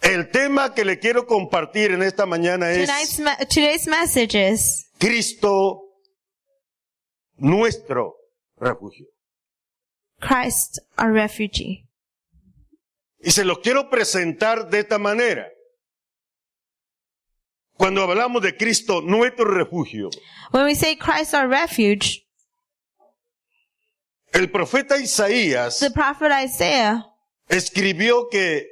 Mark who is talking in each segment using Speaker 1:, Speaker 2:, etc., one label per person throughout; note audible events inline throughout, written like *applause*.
Speaker 1: El tema que le quiero compartir en esta mañana es
Speaker 2: Tonight's me- today's message is
Speaker 1: Cristo, nuestro refugio.
Speaker 2: Christ, our refugee.
Speaker 1: Y se los quiero presentar de esta manera. Cuando hablamos de Cristo, nuestro refugio,
Speaker 2: When we say Christ, our refuge,
Speaker 1: el profeta Isaías
Speaker 2: the prophet Isaiah
Speaker 1: escribió que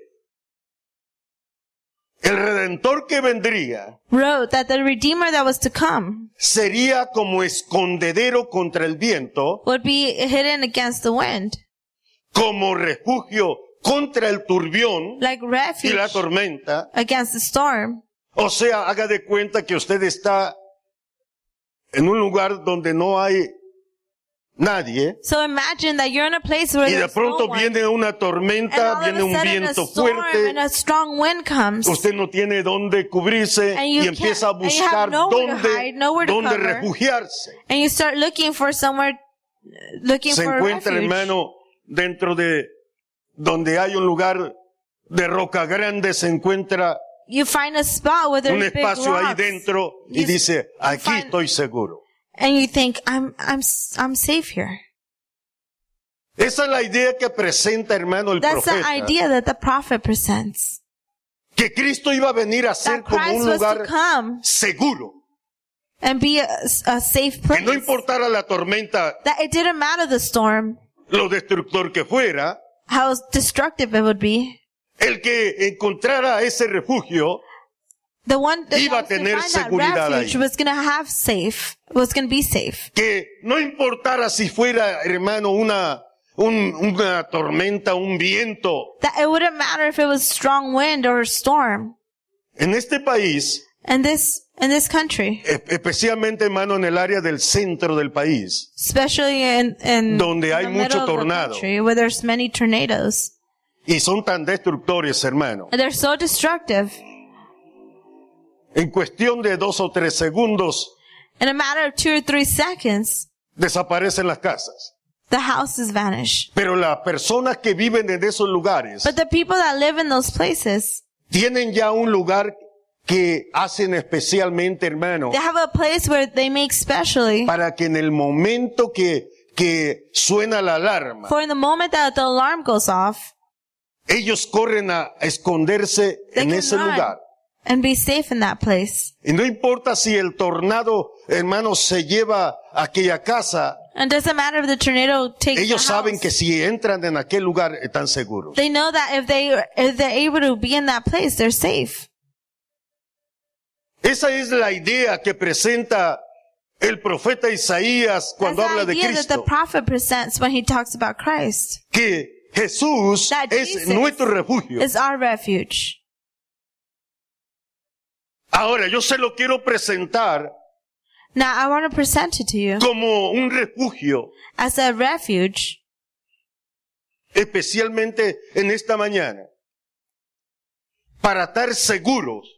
Speaker 1: el redentor que vendría
Speaker 2: wrote that the Redeemer that was to come
Speaker 1: sería como escondedero contra el viento,
Speaker 2: would be hidden against the wind,
Speaker 1: como refugio contra el turbión
Speaker 2: like
Speaker 1: y
Speaker 2: refuge
Speaker 1: la tormenta.
Speaker 2: against the storm.
Speaker 1: O sea, haga de cuenta que usted está en un lugar donde no hay nadie
Speaker 2: So imagine that you're in a place where
Speaker 1: y de
Speaker 2: there's no
Speaker 1: pronto
Speaker 2: one,
Speaker 1: viene una
Speaker 2: and all
Speaker 1: tormenta,
Speaker 2: of
Speaker 1: viene
Speaker 2: a
Speaker 1: un
Speaker 2: sudden a
Speaker 1: viento
Speaker 2: storm and
Speaker 1: fuerte,
Speaker 2: a strong wind comes.
Speaker 1: usted no tiene dónde cubrirse
Speaker 2: And you
Speaker 1: y
Speaker 2: can't-
Speaker 1: empieza a
Speaker 2: and you have
Speaker 1: buscar
Speaker 2: nowhere to
Speaker 1: dónde,
Speaker 2: hide, nowhere to
Speaker 1: dónde
Speaker 2: cover.
Speaker 1: refugiarse.
Speaker 2: And you start looking for somewhere, uh, looking
Speaker 1: Se
Speaker 2: for a
Speaker 1: encuentra,
Speaker 2: refuge.
Speaker 1: hermano, dentro de donde hay un lugar de roca grande, se encuentra
Speaker 2: You find a spot where
Speaker 1: un
Speaker 2: there's big rocks,
Speaker 1: espacio ahí dentro y
Speaker 2: You-
Speaker 1: dice, aquí
Speaker 2: find-
Speaker 1: estoy seguro.
Speaker 2: and you think, "I'm, I'm, s- I'm safe here."
Speaker 1: Esa es la idea que presenta, hermano, el
Speaker 2: That's the
Speaker 1: profeta.
Speaker 2: idea that the prophet presents.
Speaker 1: Que Cristo iba a venir a ser
Speaker 2: That
Speaker 1: como
Speaker 2: Christ
Speaker 1: un
Speaker 2: was to
Speaker 1: lugar
Speaker 2: come
Speaker 1: seguro.
Speaker 2: and be a, a safe
Speaker 1: Que
Speaker 2: place.
Speaker 1: no importara la tormenta,
Speaker 2: that it didn't matter the storm,
Speaker 1: lo destructor que fuera,
Speaker 2: how destructive it would be.
Speaker 1: el que encontrara ese refugio
Speaker 2: The one that
Speaker 1: Iba a
Speaker 2: was to
Speaker 1: tener
Speaker 2: find that
Speaker 1: seguridad
Speaker 2: refuge
Speaker 1: ahí.
Speaker 2: was gonna have safe, was gonna be safe.
Speaker 1: que no importara si fuera, hermano, una, un- una tormenta, un viento.
Speaker 2: That it wouldn't matter if it was strong wind or a storm.
Speaker 1: En este país,
Speaker 2: In this, in this country,
Speaker 1: e- especialmente, hermano, en el área del centro del país,
Speaker 2: especially in, in
Speaker 1: Donde hay
Speaker 2: the
Speaker 1: mucho
Speaker 2: middle of the
Speaker 1: tornado.
Speaker 2: country, where there's many tornadoes.
Speaker 1: y son tan destructores, hermano.
Speaker 2: And they're so destructive.
Speaker 1: En cuestión de dos o tres segundos,
Speaker 2: In a matter of two or three seconds,
Speaker 1: desaparecen las casas.
Speaker 2: the houses vanish.
Speaker 1: Pero las personas que viven en esos lugares
Speaker 2: But the people that live in those places,
Speaker 1: tienen ya un lugar que hacen especialmente, hermano,
Speaker 2: they have a place where they make specially
Speaker 1: para que en el momento que, que suena la alarma,
Speaker 2: for in the moment that the alarm goes off
Speaker 1: ellos corren a esconderse
Speaker 2: They
Speaker 1: en
Speaker 2: can
Speaker 1: ese
Speaker 2: run.
Speaker 1: lugar.
Speaker 2: and be safe in that place.
Speaker 1: Y no importa si el tornado, hermano, se lleva a aquella casa,
Speaker 2: And it doesn't matter if the tornado takes
Speaker 1: ellos
Speaker 2: the house.
Speaker 1: saben que si entran en aquel lugar están seguros.
Speaker 2: they know that if they if they're able to be in that place, they're safe.
Speaker 1: Esa es la idea que presenta el profeta Isaías cuando
Speaker 2: That's
Speaker 1: habla
Speaker 2: the
Speaker 1: de
Speaker 2: idea that the
Speaker 1: Cristo.
Speaker 2: prophet presents when he talks about Christ
Speaker 1: que Jesús
Speaker 2: That
Speaker 1: es
Speaker 2: Jesus
Speaker 1: nuestro refugio.
Speaker 2: is our refuge.
Speaker 1: Ahora yo se lo quiero presentar
Speaker 2: Now I want to present it to you
Speaker 1: como un refugio,
Speaker 2: as a refuge,
Speaker 1: especialmente en esta mañana, para estar seguros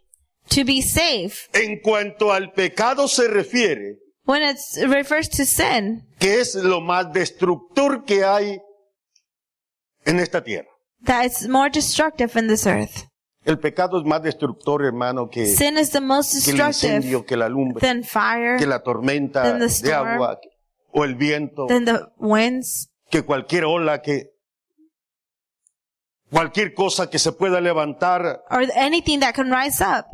Speaker 2: to be safe
Speaker 1: en cuanto al pecado se refiere,
Speaker 2: when it's, it refers to sin.
Speaker 1: que es lo más destructor que hay en esta tierra.
Speaker 2: That it's more destructive in this earth.
Speaker 1: El pecado es más destructor, hermano, que,
Speaker 2: Sin is the most
Speaker 1: Eh. que el incendio,
Speaker 2: destructive
Speaker 1: que la lumbre,
Speaker 2: than fire,
Speaker 1: que la tormenta
Speaker 2: than the
Speaker 1: de
Speaker 2: storm,
Speaker 1: agua o el viento.
Speaker 2: than the winds,
Speaker 1: que cualquier ola que cualquier cosa que se pueda levantar
Speaker 2: or anything that can rise up.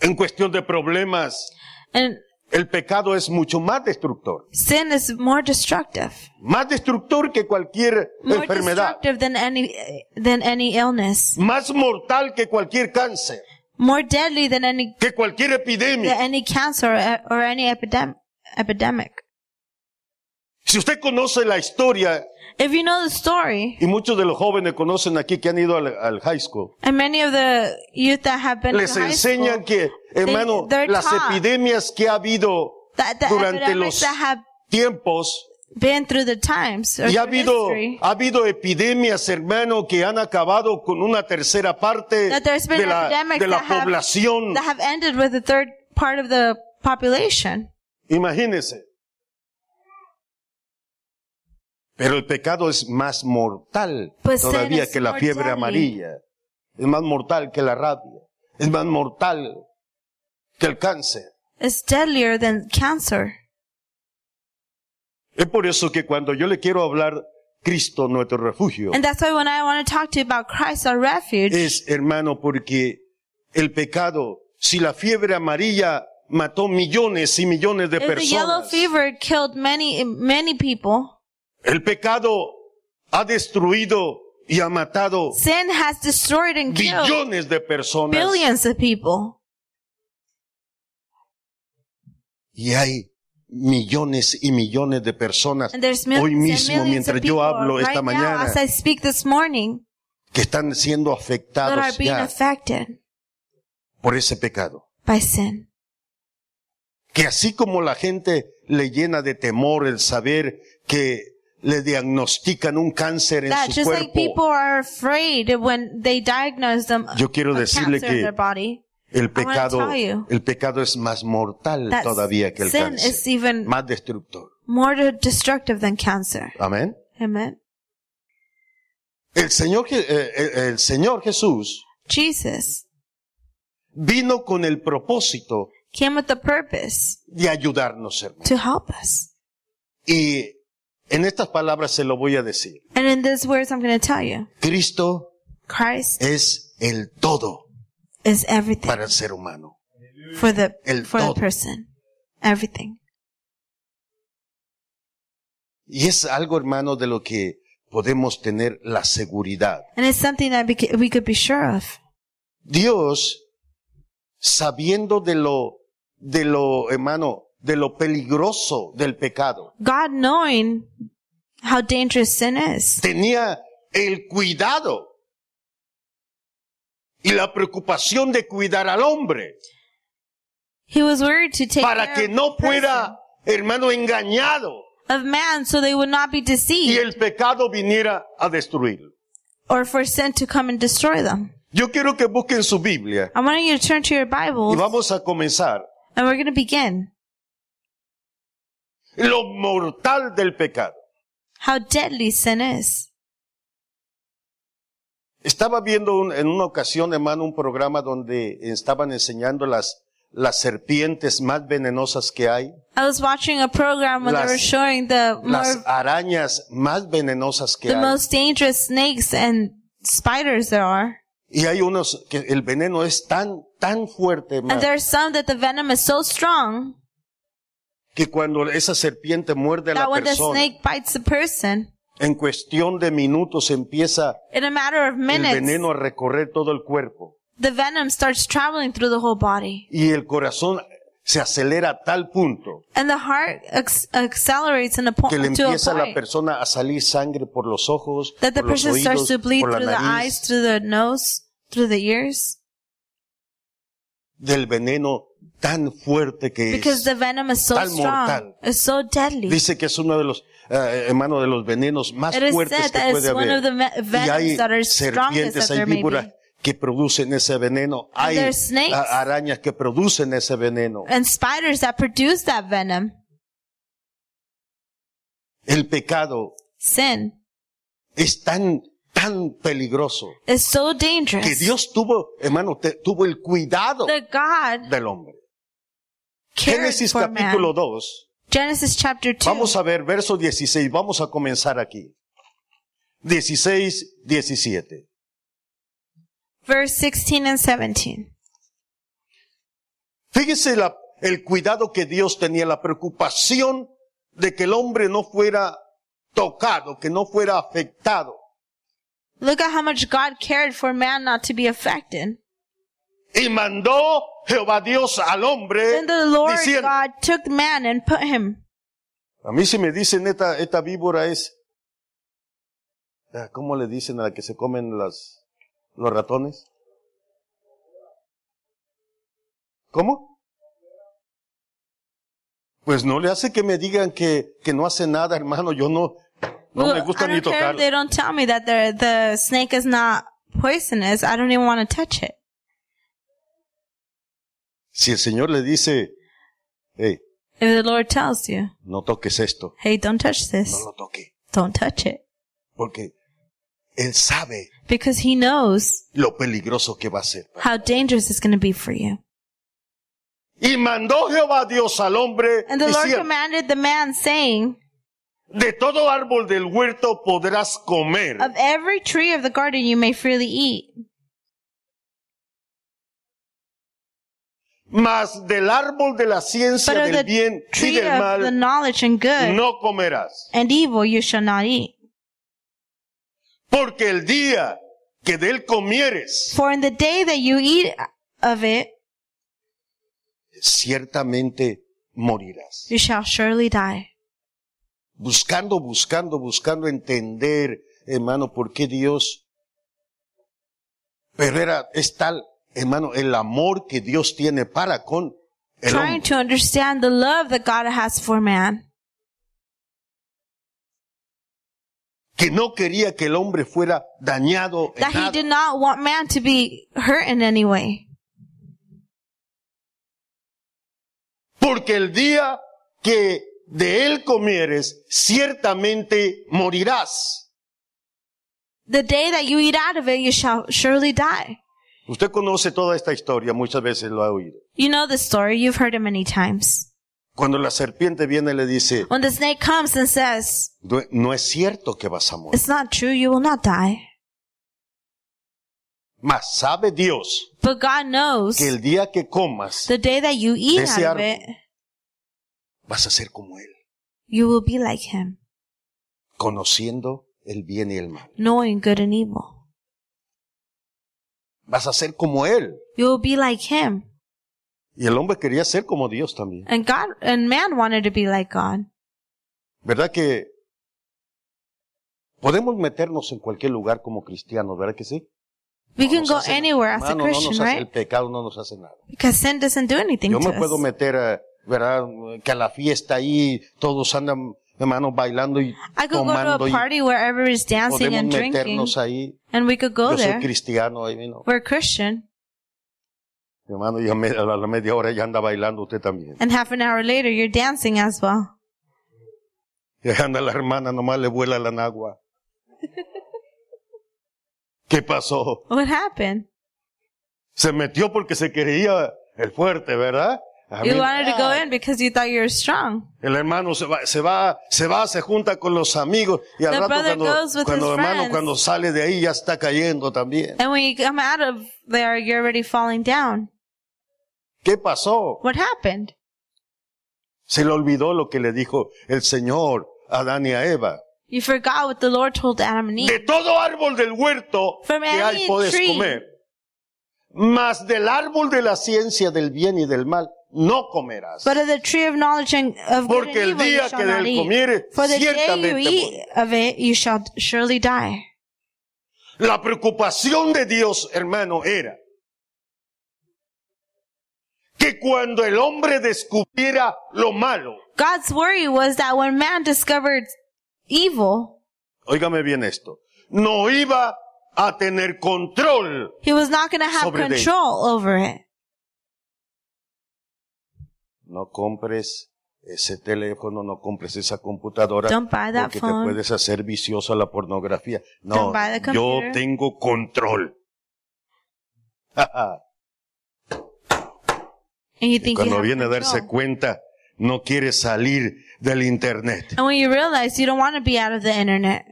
Speaker 1: en cuestión de problemas,
Speaker 2: And
Speaker 1: el pecado es mucho más destructor,
Speaker 2: sin is more destructive,
Speaker 1: más destructor que cualquier
Speaker 2: more
Speaker 1: enfermedad,
Speaker 2: destructive than any than any illness,
Speaker 1: más mortal que cualquier cáncer,
Speaker 2: more deadly than any
Speaker 1: que cualquier
Speaker 2: than
Speaker 1: epidemia.
Speaker 2: any cancer or, or any epidemic. Epidemic.
Speaker 1: Si usted conoce la historia
Speaker 2: If you know the story,
Speaker 1: y muchos de los jóvenes conocen aquí que han ido al, al high school,
Speaker 2: and many of the youth that have been
Speaker 1: les
Speaker 2: in high school,
Speaker 1: enseñan que, hermano,
Speaker 2: they're
Speaker 1: las
Speaker 2: taught
Speaker 1: epidemias que ha habido
Speaker 2: that the
Speaker 1: durante
Speaker 2: epidemics
Speaker 1: los
Speaker 2: that have
Speaker 1: tiempos
Speaker 2: been through the times or
Speaker 1: Y ha
Speaker 2: through
Speaker 1: habido,
Speaker 2: history,
Speaker 1: ha habido epidemias, hermano, que han acabado con una tercera parte
Speaker 2: that there's been
Speaker 1: de la,
Speaker 2: epidemics
Speaker 1: de la
Speaker 2: that have-
Speaker 1: población.
Speaker 2: that have ended with a third part of the population.
Speaker 1: Imagínense. Pero el pecado es más mortal
Speaker 2: Pues sin
Speaker 1: todavía
Speaker 2: es
Speaker 1: que la
Speaker 2: more
Speaker 1: Pues fiebre
Speaker 2: deadly.
Speaker 1: amarilla Es más mortal que la rabia. Es más mortal que el cáncer.
Speaker 2: It's deadlier than cancer.
Speaker 1: Es por eso que cuando yo le quiero hablar Cristo nuestro refugio,
Speaker 2: And that's why when I want to talk to you about Christ our refuge,
Speaker 1: es hermano porque el pecado, si la fiebre amarilla mató millones y millones de
Speaker 2: if the yellow
Speaker 1: personas,
Speaker 2: fever killed many, many people,
Speaker 1: el pecado ha destruido y ha matado
Speaker 2: sin has destroyed and killed
Speaker 1: billones de personas
Speaker 2: billions of people.
Speaker 1: y hay millones y millones de personas
Speaker 2: And there's millions
Speaker 1: hoy
Speaker 2: and
Speaker 1: mismo
Speaker 2: millions of
Speaker 1: mientras
Speaker 2: people
Speaker 1: yo hablo
Speaker 2: right
Speaker 1: esta
Speaker 2: now,
Speaker 1: mañana
Speaker 2: as I speak this morning,
Speaker 1: que están siendo
Speaker 2: that
Speaker 1: afectados
Speaker 2: are being
Speaker 1: ya
Speaker 2: affected
Speaker 1: por ese pecado.
Speaker 2: by sin.
Speaker 1: Que así como la gente le llena de temor el saber que le diagnostican un cáncer en
Speaker 2: That
Speaker 1: su
Speaker 2: just like people
Speaker 1: cuerpo,
Speaker 2: are afraid when they diagnose them
Speaker 1: Yo quiero
Speaker 2: of
Speaker 1: decirle
Speaker 2: cancer
Speaker 1: que
Speaker 2: in their body,
Speaker 1: el
Speaker 2: wanna
Speaker 1: pecado,
Speaker 2: tell you
Speaker 1: el pecado es más mortal
Speaker 2: that
Speaker 1: todavía que el
Speaker 2: sin
Speaker 1: cáncer,
Speaker 2: is even
Speaker 1: más destructor.
Speaker 2: more de- destructive than cancer.
Speaker 1: Amén.
Speaker 2: Amen.
Speaker 1: El Señor, Je- eh, eh, el Señor Jesús
Speaker 2: Jesus
Speaker 1: vino con el propósito
Speaker 2: came with the purpose
Speaker 1: de ayudarnos, hermano.
Speaker 2: to help us.
Speaker 1: Y en estas palabras se lo voy a decir.
Speaker 2: And in these words, I'm going to tell you,
Speaker 1: Cristo
Speaker 2: Christ
Speaker 1: es el todo
Speaker 2: is everything
Speaker 1: para el ser humano.
Speaker 2: for the
Speaker 1: El
Speaker 2: for the
Speaker 1: todo.
Speaker 2: person, everything.
Speaker 1: Y es algo, hermano, de lo que podemos tener la seguridad.
Speaker 2: And it's something that we c- we could be sure of.
Speaker 1: Dios, sabiendo de lo, de lo, hermano, de lo peligroso del pecado,
Speaker 2: God knowing how dangerous sin is,
Speaker 1: tenía el cuidado y la preocupación de cuidar al hombre
Speaker 2: He was worried to take
Speaker 1: para
Speaker 2: care
Speaker 1: que
Speaker 2: of
Speaker 1: no
Speaker 2: the person,
Speaker 1: fuera, hermano, engañado
Speaker 2: of man, so they would not be
Speaker 1: y
Speaker 2: deceived,
Speaker 1: el pecado viniera a destruirlo.
Speaker 2: or for sin to come and destroy them.
Speaker 1: Yo quiero que busquen su Biblia
Speaker 2: I want you to turn to your
Speaker 1: y
Speaker 2: Bibles,
Speaker 1: vamos a comenzar
Speaker 2: and we're going to begin.
Speaker 1: lo mortal del pecado.
Speaker 2: How deadly sin is.
Speaker 1: Estaba viendo un- en una ocasión, hermano, un programa donde estaban enseñando las, las serpientes más venenosas que hay,
Speaker 2: I was watching a program when
Speaker 1: Las-
Speaker 2: they were showing the
Speaker 1: las
Speaker 2: more,
Speaker 1: arañas más venenosas que
Speaker 2: the
Speaker 1: hay.
Speaker 2: most dangerous snakes and spiders there are,
Speaker 1: Y hay unos que el veneno es tan, tan fuerte, hermano,
Speaker 2: and there are some that the venom is so strong
Speaker 1: que cuando esa serpiente muerde a
Speaker 2: that
Speaker 1: la
Speaker 2: when the
Speaker 1: persona,
Speaker 2: snake bites the person,
Speaker 1: en cuestión de minutos empieza
Speaker 2: in a matter of
Speaker 1: el
Speaker 2: minutes,
Speaker 1: veneno a recorrer todo el cuerpo.
Speaker 2: the venom starts traveling through the whole body,
Speaker 1: y el corazón se acelera a tal punto
Speaker 2: and the heart ex- accelerates in a po-
Speaker 1: que le
Speaker 2: to a
Speaker 1: empieza a la
Speaker 2: point.
Speaker 1: persona a salir sangre por los ojos,
Speaker 2: that the
Speaker 1: por los
Speaker 2: person starts
Speaker 1: oídos,
Speaker 2: to bleed
Speaker 1: por la
Speaker 2: through the eyes,
Speaker 1: nariz,
Speaker 2: through the nose, through the ears,
Speaker 1: del veneno tan fuerte que
Speaker 2: because
Speaker 1: es.
Speaker 2: the venom is so
Speaker 1: Tan
Speaker 2: strong,
Speaker 1: mortal.
Speaker 2: it's so deadly.
Speaker 1: Dice que es uno de los, eh, hermano, de los venenos más
Speaker 2: It is
Speaker 1: fuertes
Speaker 2: said
Speaker 1: que
Speaker 2: that
Speaker 1: puede
Speaker 2: it's one of the
Speaker 1: haber.
Speaker 2: ve-
Speaker 1: Y hay
Speaker 2: venoms that are strongest
Speaker 1: serpientes,
Speaker 2: that
Speaker 1: hay
Speaker 2: there may
Speaker 1: víboras
Speaker 2: be,
Speaker 1: que producen ese veneno,
Speaker 2: And
Speaker 1: hay
Speaker 2: there's snakes.
Speaker 1: a- arañas que producen ese veneno.
Speaker 2: and spiders that produce that venom.
Speaker 1: El pecado
Speaker 2: Sin
Speaker 1: es tan, tan peligroso
Speaker 2: is so
Speaker 1: que
Speaker 2: dangerous
Speaker 1: Dios tuvo, hermano, te- tuvo el cuidado
Speaker 2: that God
Speaker 1: del hombre.
Speaker 2: cared
Speaker 1: Génesis
Speaker 2: for
Speaker 1: capítulo
Speaker 2: man.
Speaker 1: 2,
Speaker 2: Genesis chapter two.
Speaker 1: vamos a ver verso 16, vamos a comenzar aquí. 16, 17.
Speaker 2: Verse 16 and 17.
Speaker 1: Fíjese la- el cuidado que Dios tenía, la preocupación de que el hombre no fuera tocado, que no fuera afectado.
Speaker 2: Look at how much God cared for man not to be affected.
Speaker 1: Y mandó Jehová Dios al hombre
Speaker 2: Then the Lord
Speaker 1: diciendo,
Speaker 2: God took man and put him
Speaker 1: a mí si me dicen esta, esta víbora es, ah, ¿cómo le dicen a la que se comen las, los ratones? ¿Cómo? Pues no le hace que me digan que, que no hace nada, hermano. Yo no, no
Speaker 2: Well,
Speaker 1: me gusta
Speaker 2: I
Speaker 1: ni
Speaker 2: don't care
Speaker 1: tocar.
Speaker 2: if they don't tell me that the the snake is not poisonous. I don't even want to touch it.
Speaker 1: Si el Señor le dice, hey,
Speaker 2: If the Lord tells you,
Speaker 1: no toques esto,
Speaker 2: "Hey, don't touch this.
Speaker 1: no lo toque.
Speaker 2: Don't touch it,"
Speaker 1: Porque Él sabe
Speaker 2: because he knows
Speaker 1: lo peligroso que va a ser.
Speaker 2: how dangerous it's going to be for you.
Speaker 1: Y mandó Jehová Dios al hombre
Speaker 2: And the Lord
Speaker 1: diciendo,
Speaker 2: commanded the man, saying,
Speaker 1: de todo árbol del huerto podrás comer,
Speaker 2: Of every tree of the garden you may freely eat,
Speaker 1: mas del árbol de la ciencia
Speaker 2: but of
Speaker 1: del
Speaker 2: the
Speaker 1: bien y
Speaker 2: tree
Speaker 1: del
Speaker 2: of the
Speaker 1: mal
Speaker 2: knowledge and good
Speaker 1: no comerás.
Speaker 2: and evil you shall not eat.
Speaker 1: Porque el día que de él comieres,
Speaker 2: For in the day that you eat of it,
Speaker 1: ciertamente morirás.
Speaker 2: you shall surely die.
Speaker 1: Buscando, buscando, buscando entender, hermano, por qué Dios. Pero era, es tal, hermano, el amor que Dios tiene para con el
Speaker 2: Trying
Speaker 1: hombre.
Speaker 2: to understand the love that God has for man.
Speaker 1: Que no quería que el hombre fuera dañado. en
Speaker 2: That he
Speaker 1: nada.
Speaker 2: did not want man to be hurt in any way.
Speaker 1: Porque el día que de él comieres, ciertamente morirás.
Speaker 2: The day that you eat out of it, you shall surely die.
Speaker 1: Usted conoce toda esta historia, muchas veces lo ha oído.
Speaker 2: You know the story. You've heard it many times.
Speaker 1: Cuando la serpiente viene y le dice,
Speaker 2: When the snake comes and says,
Speaker 1: "No- no es cierto que vas a morir.
Speaker 2: it's not true, you will not die.
Speaker 1: Mas sabe Dios
Speaker 2: But God knows
Speaker 1: que el día que comas
Speaker 2: the day that you
Speaker 1: de
Speaker 2: eat
Speaker 1: ese
Speaker 2: out of
Speaker 1: árbol.
Speaker 2: it,
Speaker 1: vas a ser como Él,
Speaker 2: you will be like him,
Speaker 1: conociendo el bien y el mal.
Speaker 2: knowing good and evil.
Speaker 1: Vas a ser como Él.
Speaker 2: You will be like him.
Speaker 1: Y el hombre quería ser como Dios también.
Speaker 2: And God and man wanted to be like God.
Speaker 1: ¿Verdad que podemos meternos en cualquier lugar como cristianos? ¿Verdad que sí?
Speaker 2: We
Speaker 1: No
Speaker 2: can
Speaker 1: nos
Speaker 2: go
Speaker 1: hace-
Speaker 2: anywhere as a
Speaker 1: hermano, no
Speaker 2: Christian,
Speaker 1: nos hace, el
Speaker 2: right?
Speaker 1: pecado no nos hace nada.
Speaker 2: Because sin doesn't do anything
Speaker 1: Yo
Speaker 2: to
Speaker 1: me puedo
Speaker 2: us.
Speaker 1: meter, eh, ¿verdad? Que a la fiesta ahí todos andan, hermano, bailando y
Speaker 2: I could go to
Speaker 1: tomando
Speaker 2: a
Speaker 1: y
Speaker 2: party where everybody's dancing
Speaker 1: podemos
Speaker 2: and drinking,
Speaker 1: meternos ahí.
Speaker 2: and we could go
Speaker 1: Yo soy
Speaker 2: there.
Speaker 1: cristiano, ahí vino.
Speaker 2: We're Christian,
Speaker 1: Mi hermano, y a, me- a la media hora ya anda bailando usted también.
Speaker 2: and half an hour later you're dancing as well.
Speaker 1: Y ahí anda la hermana, nomás le vuela la nagua. ¿Qué pasó?
Speaker 2: What happened?
Speaker 1: Se metió porque se creía el fuerte, ¿verdad? A
Speaker 2: You
Speaker 1: mí-
Speaker 2: wanted to go in because you thought you were strong.
Speaker 1: El hermano se va, se va, se va, se junta con los amigos y al
Speaker 2: The
Speaker 1: rato
Speaker 2: brother goes
Speaker 1: cuando,
Speaker 2: with
Speaker 1: cuando
Speaker 2: his
Speaker 1: hermano
Speaker 2: friends.
Speaker 1: cuando sale de ahí ya está cayendo también.
Speaker 2: And when you come out of there, you're already falling down.
Speaker 1: ¿Qué pasó?
Speaker 2: What happened?
Speaker 1: Se le olvidó lo que le dijo el Señor a Adán y a Eva.
Speaker 2: You forgot what the Lord told Adam and
Speaker 1: De
Speaker 2: Eve.
Speaker 1: todo árbol del huerto
Speaker 2: From
Speaker 1: que
Speaker 2: any
Speaker 1: hay puedes
Speaker 2: tree.
Speaker 1: comer, mas del árbol de la ciencia del bien y del mal no comerás,
Speaker 2: But of the tree of knowledge and of good
Speaker 1: porque
Speaker 2: and
Speaker 1: el
Speaker 2: evil
Speaker 1: día
Speaker 2: you
Speaker 1: que
Speaker 2: shall not
Speaker 1: del
Speaker 2: eat.
Speaker 1: comieres
Speaker 2: For the day you
Speaker 1: ciertamente morirás.
Speaker 2: eat of it, you shall surely die.
Speaker 1: La preocupación de Dios, hermano, era que cuando el hombre descubriera lo malo,
Speaker 2: God's worry was that when man discovered evil,
Speaker 1: óigame bien esto, no iba a tener control
Speaker 2: he was not going to have
Speaker 1: Sobre de ello.
Speaker 2: control over it.
Speaker 1: No compres ese teléfono, no compres esa computadora
Speaker 2: Don't buy that
Speaker 1: porque
Speaker 2: phone.
Speaker 1: te puedes hacer vicioso a la pornografía. No,
Speaker 2: Don't buy the
Speaker 1: yo
Speaker 2: computer.
Speaker 1: tengo control. *laughs*
Speaker 2: And you
Speaker 1: y
Speaker 2: think you
Speaker 1: cuando
Speaker 2: have
Speaker 1: viene a darse
Speaker 2: control.
Speaker 1: cuenta, no quiere salir del internet.
Speaker 2: And when you realize you don't want to be out of the internet,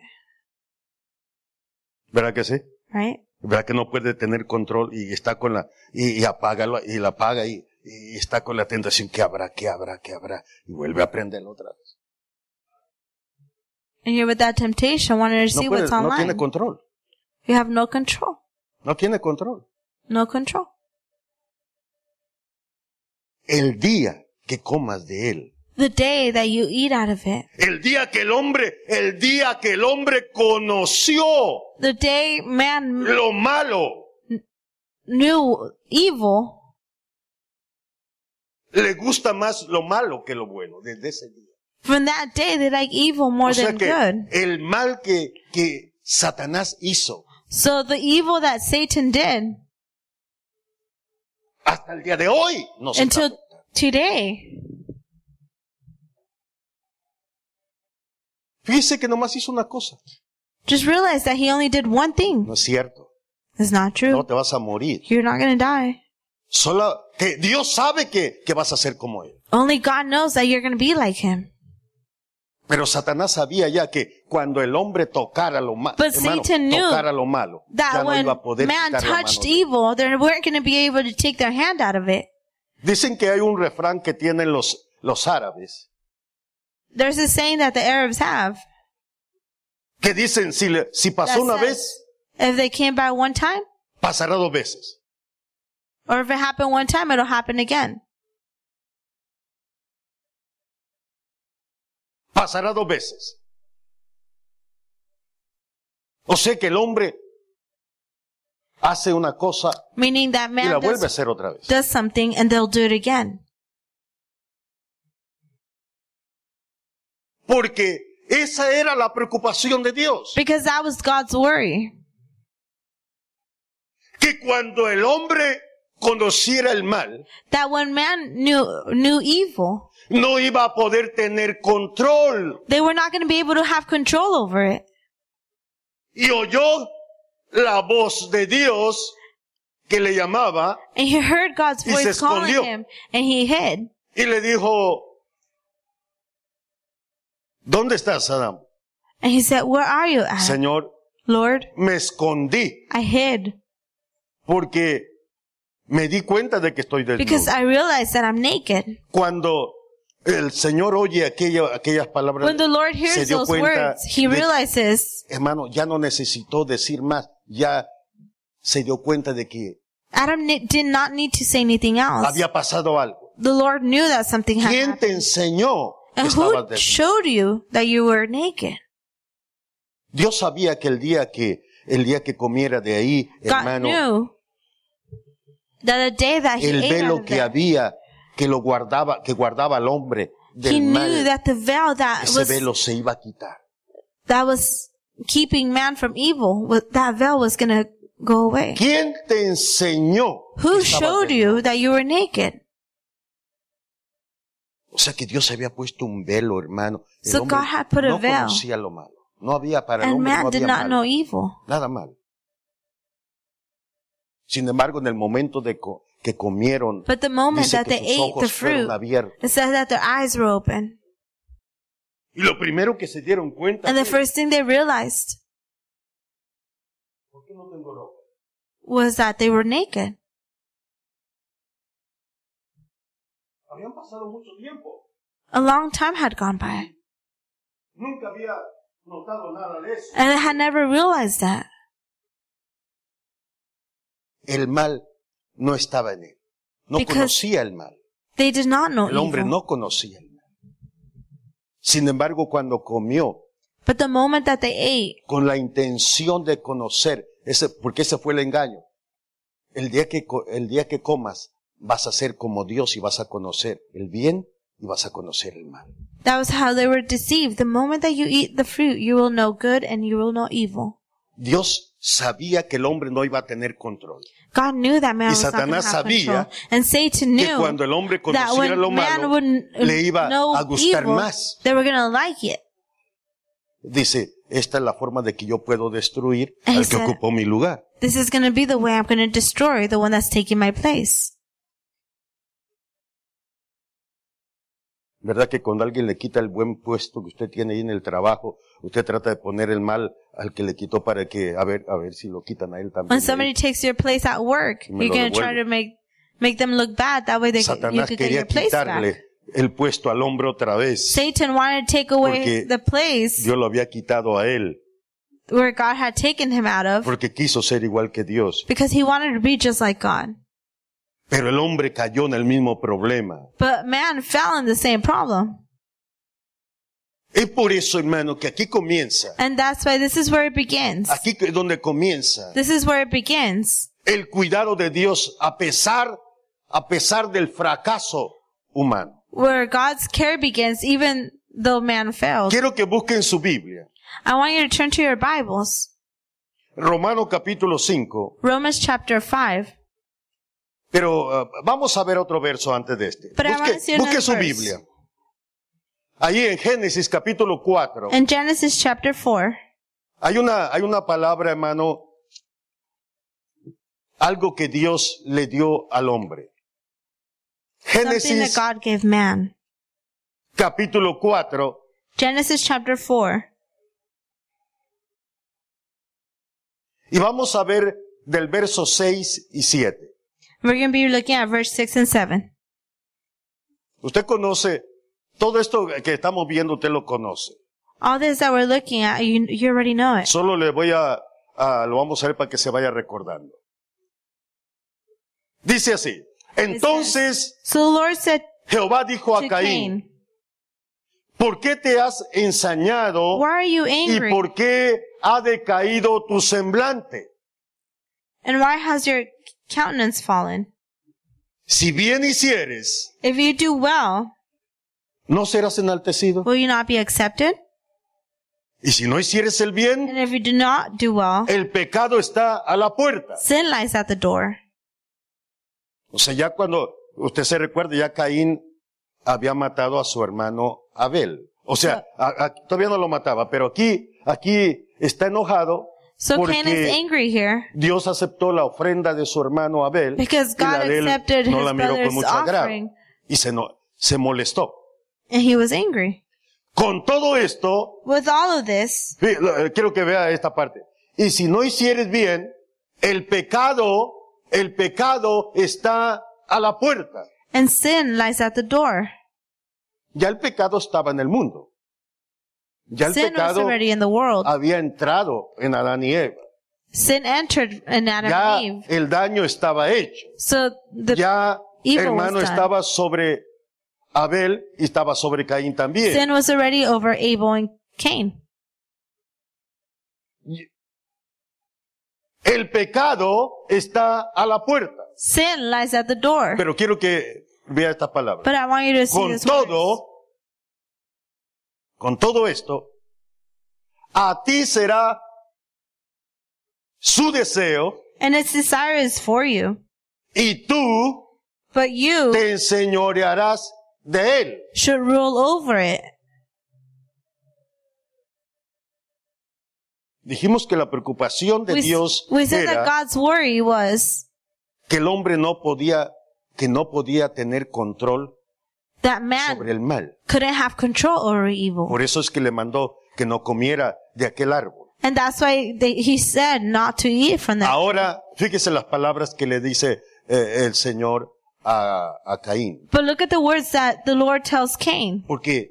Speaker 1: ¿Verdad que sí?
Speaker 2: right?
Speaker 1: ¿Verdad que no puede tener control y está con la, y, y apágalo, y la apaga y, y está con la tentación que habrá, que habrá, que habrá, y vuelve a aprender otra vez.
Speaker 2: And you're with that temptation, wanting to
Speaker 1: No,
Speaker 2: see
Speaker 1: puede-
Speaker 2: what's
Speaker 1: no
Speaker 2: online.
Speaker 1: tiene control.
Speaker 2: you have no control.
Speaker 1: No tiene control.
Speaker 2: No control.
Speaker 1: El día que comas de él,
Speaker 2: The day that you eat out of it,
Speaker 1: El día que el hombre, el día que el hombre conoció
Speaker 2: the day man
Speaker 1: lo malo,
Speaker 2: knew evil,
Speaker 1: le gusta más lo malo que lo bueno desde ese día.
Speaker 2: from that day they like evil more
Speaker 1: o sea
Speaker 2: than
Speaker 1: que
Speaker 2: good.
Speaker 1: el mal que, que Satanás hizo
Speaker 2: So the evil that Satan did
Speaker 1: hasta el día de hoy nos está
Speaker 2: until
Speaker 1: afectando.
Speaker 2: today.
Speaker 1: Fíjese que nomás hizo una cosa.
Speaker 2: Just realize that he only did one thing.
Speaker 1: No es cierto.
Speaker 2: It's not
Speaker 1: No
Speaker 2: true.
Speaker 1: te vas a morir.
Speaker 2: You're not gonna die.
Speaker 1: Solo que Dios sabe que, que vas a ser como él.
Speaker 2: Only God knows that you're gonna be like him.
Speaker 1: Pero Satanás sabía ya que cuando el hombre tocara lo malo,
Speaker 2: But Satan knew
Speaker 1: tocara lo malo, ya
Speaker 2: That
Speaker 1: no
Speaker 2: when
Speaker 1: iba a poder
Speaker 2: man
Speaker 1: quitar la mano
Speaker 2: touched
Speaker 1: de él.
Speaker 2: evil, they weren't gonna be able to take their hand out of it.
Speaker 1: Dicen que hay un refrán que tienen los, los árabes,
Speaker 2: There's a saying that the Arabs have.
Speaker 1: que dicen si, le- si pasó
Speaker 2: That
Speaker 1: una
Speaker 2: says-
Speaker 1: vez,
Speaker 2: If they came by one time,
Speaker 1: pasará dos veces.
Speaker 2: or if it happened one time, it'll happen again.
Speaker 1: Pasará dos veces. O sea que el hombre hace una cosa
Speaker 2: Meaning that
Speaker 1: y la
Speaker 2: man
Speaker 1: vuelve a
Speaker 2: does,
Speaker 1: hacer otra vez.
Speaker 2: does something and they'll do it again.
Speaker 1: Porque esa era la preocupación de Dios.
Speaker 2: Because that was God's worry.
Speaker 1: Que cuando el hombre conociera el mal,
Speaker 2: That when man knew, knew evil,
Speaker 1: no iba a poder tener control.
Speaker 2: they were not going to be able to have control over it.
Speaker 1: Y oyó la voz de Dios que le llamaba
Speaker 2: And he heard God's
Speaker 1: Y se
Speaker 2: voice calling
Speaker 1: escondió.
Speaker 2: him and he hid.
Speaker 1: y le dijo, ¿dónde estás, Adam?
Speaker 2: And he said, where are you at?
Speaker 1: Señor,
Speaker 2: Lord,
Speaker 1: me escondí
Speaker 2: I hid
Speaker 1: porque me di cuenta de que estoy desnudo.
Speaker 2: because I realized that I'm naked.
Speaker 1: Cuando el Señor oye aquella- aquellas palabras,
Speaker 2: When the Lord
Speaker 1: se
Speaker 2: hears
Speaker 1: dio
Speaker 2: those
Speaker 1: cuenta
Speaker 2: words, he
Speaker 1: de-
Speaker 2: realizes,
Speaker 1: hermano, ya no necesitó decir más, ya se dio cuenta de que
Speaker 2: Adam ni- did not need to say anything else.
Speaker 1: había pasado algo.
Speaker 2: The Lord knew that something had
Speaker 1: ¿Quién te
Speaker 2: happened.
Speaker 1: enseñó que
Speaker 2: And
Speaker 1: estabas
Speaker 2: who
Speaker 1: desnudo?
Speaker 2: showed you that you were naked?
Speaker 1: Dios sabía que el día que el día que comiera de ahí,
Speaker 2: God
Speaker 1: hermano,
Speaker 2: knew that the day that he
Speaker 1: el
Speaker 2: ate out
Speaker 1: velo
Speaker 2: of
Speaker 1: que
Speaker 2: that,
Speaker 1: había que lo guardaba, que guardaba al hombre
Speaker 2: he
Speaker 1: del
Speaker 2: knew
Speaker 1: mal,
Speaker 2: that the veil that
Speaker 1: ese
Speaker 2: was
Speaker 1: velo se iba a quitar.
Speaker 2: that was keeping man from evil, wa- that veil was gonna go away.
Speaker 1: ¿Quién te enseñó? que
Speaker 2: Who
Speaker 1: estabas
Speaker 2: showed
Speaker 1: desnudo?
Speaker 2: you that you were naked?
Speaker 1: O sea que Dios había puesto un velo, hermano. El
Speaker 2: So
Speaker 1: hombre
Speaker 2: God had put a
Speaker 1: no
Speaker 2: veil.
Speaker 1: conocía lo malo. No había para el
Speaker 2: And
Speaker 1: hombre, no
Speaker 2: man
Speaker 1: había
Speaker 2: did not
Speaker 1: malo.
Speaker 2: know evil.
Speaker 1: Nada mal. Sin embargo, en el momento de co- que comieron,
Speaker 2: But the moment
Speaker 1: dice
Speaker 2: that
Speaker 1: que
Speaker 2: they
Speaker 1: sus
Speaker 2: ate the
Speaker 1: ojos
Speaker 2: fruit,
Speaker 1: fueron abiertos.
Speaker 2: it says that their eyes were open.
Speaker 1: Y lo primero que se dieron cuenta
Speaker 2: And the
Speaker 1: fue,
Speaker 2: first thing they realized
Speaker 1: ¿por qué no tengo ropa?
Speaker 2: was that they were naked.
Speaker 1: Habían pasado mucho tiempo.
Speaker 2: A long time had gone by.
Speaker 1: Nunca había notado nada de eso.
Speaker 2: And I had never realized that.
Speaker 1: El mal no estaba en él. No
Speaker 2: Because-
Speaker 1: conocía el mal.
Speaker 2: They did not know
Speaker 1: El hombre
Speaker 2: evil.
Speaker 1: no conocía el mal. Sin embargo, cuando comió
Speaker 2: But the moment that they ate,
Speaker 1: con la intención de conocer, ese, porque ese fue el engaño. El día, que, co- el día que comas, vas a ser como Dios y vas a conocer el bien y vas a conocer el mal.
Speaker 2: that was how they were deceived. The moment that you eat the fruit, you will know good and you will know evil.
Speaker 1: Dios sabía que el hombre no iba a tener control.
Speaker 2: God knew that
Speaker 1: Y
Speaker 2: man was not going
Speaker 1: Satanás
Speaker 2: to have control.
Speaker 1: sabía
Speaker 2: And Satan
Speaker 1: Que
Speaker 2: knew
Speaker 1: cuando el hombre
Speaker 2: that
Speaker 1: conociera
Speaker 2: when
Speaker 1: lo
Speaker 2: man
Speaker 1: malo,
Speaker 2: would n-
Speaker 1: le iba
Speaker 2: know
Speaker 1: a gustar
Speaker 2: evil,
Speaker 1: más.
Speaker 2: they were going to like it.
Speaker 1: dice, esta es la forma de que yo puedo destruir
Speaker 2: Ahí
Speaker 1: al que
Speaker 2: está.
Speaker 1: ocupó mi lugar.
Speaker 2: This is going to be the way I'm going to destroy the one that's taking my place.
Speaker 1: ¿Verdad que cuando alguien le quita el buen puesto que usted tiene ahí en el trabajo, usted trata de poner el mal al que le quitó para que, a ver, a ver si lo quitan a él también. ¿eh?
Speaker 2: When somebody takes your place at work,
Speaker 1: Me
Speaker 2: you're
Speaker 1: lo
Speaker 2: going to try
Speaker 1: devuelve.
Speaker 2: to make make them look bad. That way they you
Speaker 1: Satanás
Speaker 2: could get
Speaker 1: quería
Speaker 2: your place
Speaker 1: quitarle
Speaker 2: back.
Speaker 1: el puesto al hombre otra vez.
Speaker 2: Satan wanted to take away
Speaker 1: Porque
Speaker 2: the place
Speaker 1: Dios lo había quitado a él
Speaker 2: where God had taken him out of
Speaker 1: porque quiso ser igual que Dios.
Speaker 2: because he wanted to be just like God.
Speaker 1: Pero el hombre cayó en el mismo problema.
Speaker 2: But man fell in the same problem.
Speaker 1: Es por eso, hermano, que aquí comienza.
Speaker 2: And that's why this is where it begins.
Speaker 1: Aquí es donde comienza.
Speaker 2: This is where it begins.
Speaker 1: el cuidado de Dios a pesar, a pesar del fracaso humano.
Speaker 2: Where God's care begins even though man failed.
Speaker 1: Quiero que busquen su Biblia.
Speaker 2: I want you to turn to your Bibles.
Speaker 1: Romano capítulo 5,
Speaker 2: Romans chapter 5.
Speaker 1: pero ah, vamos a ver otro verso antes de este.
Speaker 2: Pero
Speaker 1: Busque,
Speaker 2: avance
Speaker 1: busque
Speaker 2: another
Speaker 1: su
Speaker 2: verse.
Speaker 1: Biblia. Ahí en Génesis capítulo 4,
Speaker 2: In Genesis chapter 4,
Speaker 1: Hay una, hay una palabra, hermano, algo que Dios le dio al hombre.
Speaker 2: Something that
Speaker 1: Génesis
Speaker 2: God gave man.
Speaker 1: capítulo 4,
Speaker 2: Genesis chapter 4.
Speaker 1: y vamos a ver del verso 6 y 7.
Speaker 2: We're going to be looking at verse 6 and 7.
Speaker 1: Usted conoce, todo esto que estamos viendo, usted lo conoce.
Speaker 2: All this that we're looking at, you, you already know it.
Speaker 1: Solo le voy a, a- lo vamos a ver para que se vaya recordando. Dice así, entonces
Speaker 2: So the Lord said
Speaker 1: Jehová dijo a
Speaker 2: Pues, eh, to
Speaker 1: Caín,
Speaker 2: Cain,
Speaker 1: ¿por qué te has ensañado
Speaker 2: Why are you
Speaker 1: y
Speaker 2: angry?
Speaker 1: por qué ha decaído tu semblante?
Speaker 2: And why has your countenance fallen?
Speaker 1: Si bien hicieres,
Speaker 2: If you do well,
Speaker 1: no serás enaltecido.
Speaker 2: will you not be accepted?
Speaker 1: Y si no hicieres el bien,
Speaker 2: And if you do not do well,
Speaker 1: el pecado está a la puerta.
Speaker 2: sin lies at the door.
Speaker 1: O sea, ya cuando usted se recuerda, ya Caín había matado a su hermano Abel. O sea, a- a- todavía no lo mataba, pero aquí, aquí está enojado
Speaker 2: So Cain is
Speaker 1: porque
Speaker 2: angry here
Speaker 1: Dios aceptó la ofrenda de su hermano Abel
Speaker 2: because
Speaker 1: y
Speaker 2: God
Speaker 1: la de él
Speaker 2: accepted
Speaker 1: no
Speaker 2: his
Speaker 1: la miró con
Speaker 2: brother's
Speaker 1: mucho agrado
Speaker 2: offering
Speaker 1: y se, no- se molestó.
Speaker 2: and he was angry.
Speaker 1: Con todo esto,
Speaker 2: With all of this,
Speaker 1: Sí, lo- eh, Quiero que vea esta parte. Y si no hicieres bien, el pecado, el pecado está a la puerta.
Speaker 2: and sin lies at the door.
Speaker 1: Ya el pecado estaba en el mundo. Ya el
Speaker 2: Sin was
Speaker 1: pecado
Speaker 2: already in the world.
Speaker 1: había entrado en Adán y Eva.
Speaker 2: Sin entered in Adam
Speaker 1: Ya
Speaker 2: and Eve.
Speaker 1: el daño estaba hecho.
Speaker 2: So the
Speaker 1: Ya
Speaker 2: evil
Speaker 1: hermano
Speaker 2: was done.
Speaker 1: estaba sobre Abel y estaba sobre Caín también.
Speaker 2: sin was already over Abel and Cain.
Speaker 1: El pecado está a la puerta.
Speaker 2: Sin lies at the door.
Speaker 1: Pero quiero que vea estas palabras.
Speaker 2: But I want you to see
Speaker 1: con
Speaker 2: this
Speaker 1: todo, con todo esto, a ti será su deseo
Speaker 2: and its desire is for you.
Speaker 1: y tú
Speaker 2: But you
Speaker 1: te enseñorearás de él.
Speaker 2: should rule over it.
Speaker 1: Dijimos que la preocupación de
Speaker 2: We, s-
Speaker 1: Dios
Speaker 2: we said that
Speaker 1: era
Speaker 2: God's worry was
Speaker 1: que el hombre no podía, que no podía tener control
Speaker 2: that man
Speaker 1: sobre el mal.
Speaker 2: couldn't have control over evil.
Speaker 1: Por eso es que le mandó que no comiera de aquel árbol.
Speaker 2: And that's why they, he said not to eat from that.
Speaker 1: Ahora, fíjese las palabras que le dice eh, el Señor a- a Caín.
Speaker 2: But look at the words that the Lord tells Cain.
Speaker 1: Porque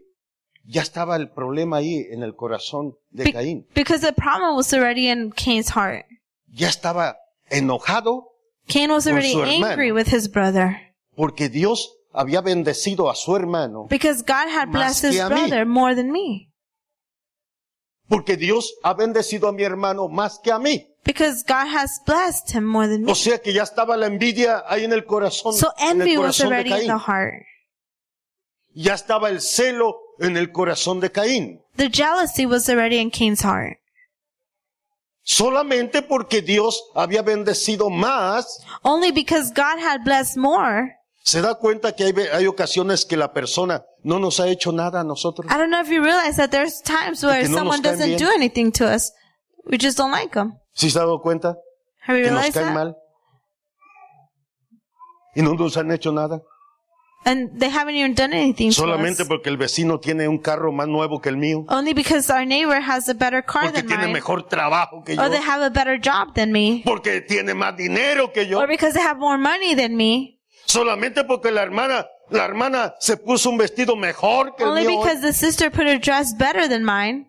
Speaker 1: ya estaba el problema ahí en el corazón de
Speaker 2: Be-
Speaker 1: Caín.
Speaker 2: because the problem was already in Cain's heart.
Speaker 1: Ya estaba enojado
Speaker 2: Cain was
Speaker 1: Por
Speaker 2: already
Speaker 1: su hermano.
Speaker 2: angry with his brother
Speaker 1: porque Dios había bendecido a su hermano,
Speaker 2: because God had
Speaker 1: Más
Speaker 2: blessed
Speaker 1: que
Speaker 2: his
Speaker 1: a mí.
Speaker 2: brother more than me.
Speaker 1: porque Dios ha bendecido a mi hermano más que a mí.
Speaker 2: Because God has blessed him more than me.
Speaker 1: O sea que ya estaba la envidia ahí en el corazón,
Speaker 2: So
Speaker 1: en el
Speaker 2: envy was
Speaker 1: corazón de
Speaker 2: already in
Speaker 1: Caín.
Speaker 2: the heart.
Speaker 1: Ya estaba el celo en el corazón de Caín.
Speaker 2: The jealousy was already in Cain's heart.
Speaker 1: Solamente porque Dios había bendecido más,
Speaker 2: Only because God had blessed more.
Speaker 1: se da cuenta que hay, ve- hay ocasiones que la persona no nos ha hecho nada a nosotros.
Speaker 2: I don't know if you realize that there's times where
Speaker 1: que no
Speaker 2: someone
Speaker 1: nos caen
Speaker 2: doesn't
Speaker 1: bien.
Speaker 2: do anything to us. We just don't like them.
Speaker 1: ¿Sí se ha dado cuenta?
Speaker 2: Have you
Speaker 1: que nos
Speaker 2: realized
Speaker 1: caen
Speaker 2: that?
Speaker 1: mal y no nos han hecho nada.
Speaker 2: And they haven't even done anything
Speaker 1: Solamente
Speaker 2: to us.
Speaker 1: porque el vecino tiene un carro más nuevo que el mío,
Speaker 2: Only because our neighbor has a better car
Speaker 1: porque
Speaker 2: than
Speaker 1: tiene
Speaker 2: mine.
Speaker 1: mejor trabajo que yo,
Speaker 2: Or they have a better job than me.
Speaker 1: porque tiene más dinero que yo.
Speaker 2: Or because they have more money than me.
Speaker 1: Solamente porque la hermana, la hermana se puso un vestido mejor que el
Speaker 2: Only
Speaker 1: mío. hoy.
Speaker 2: because the sister put a dress better than mine.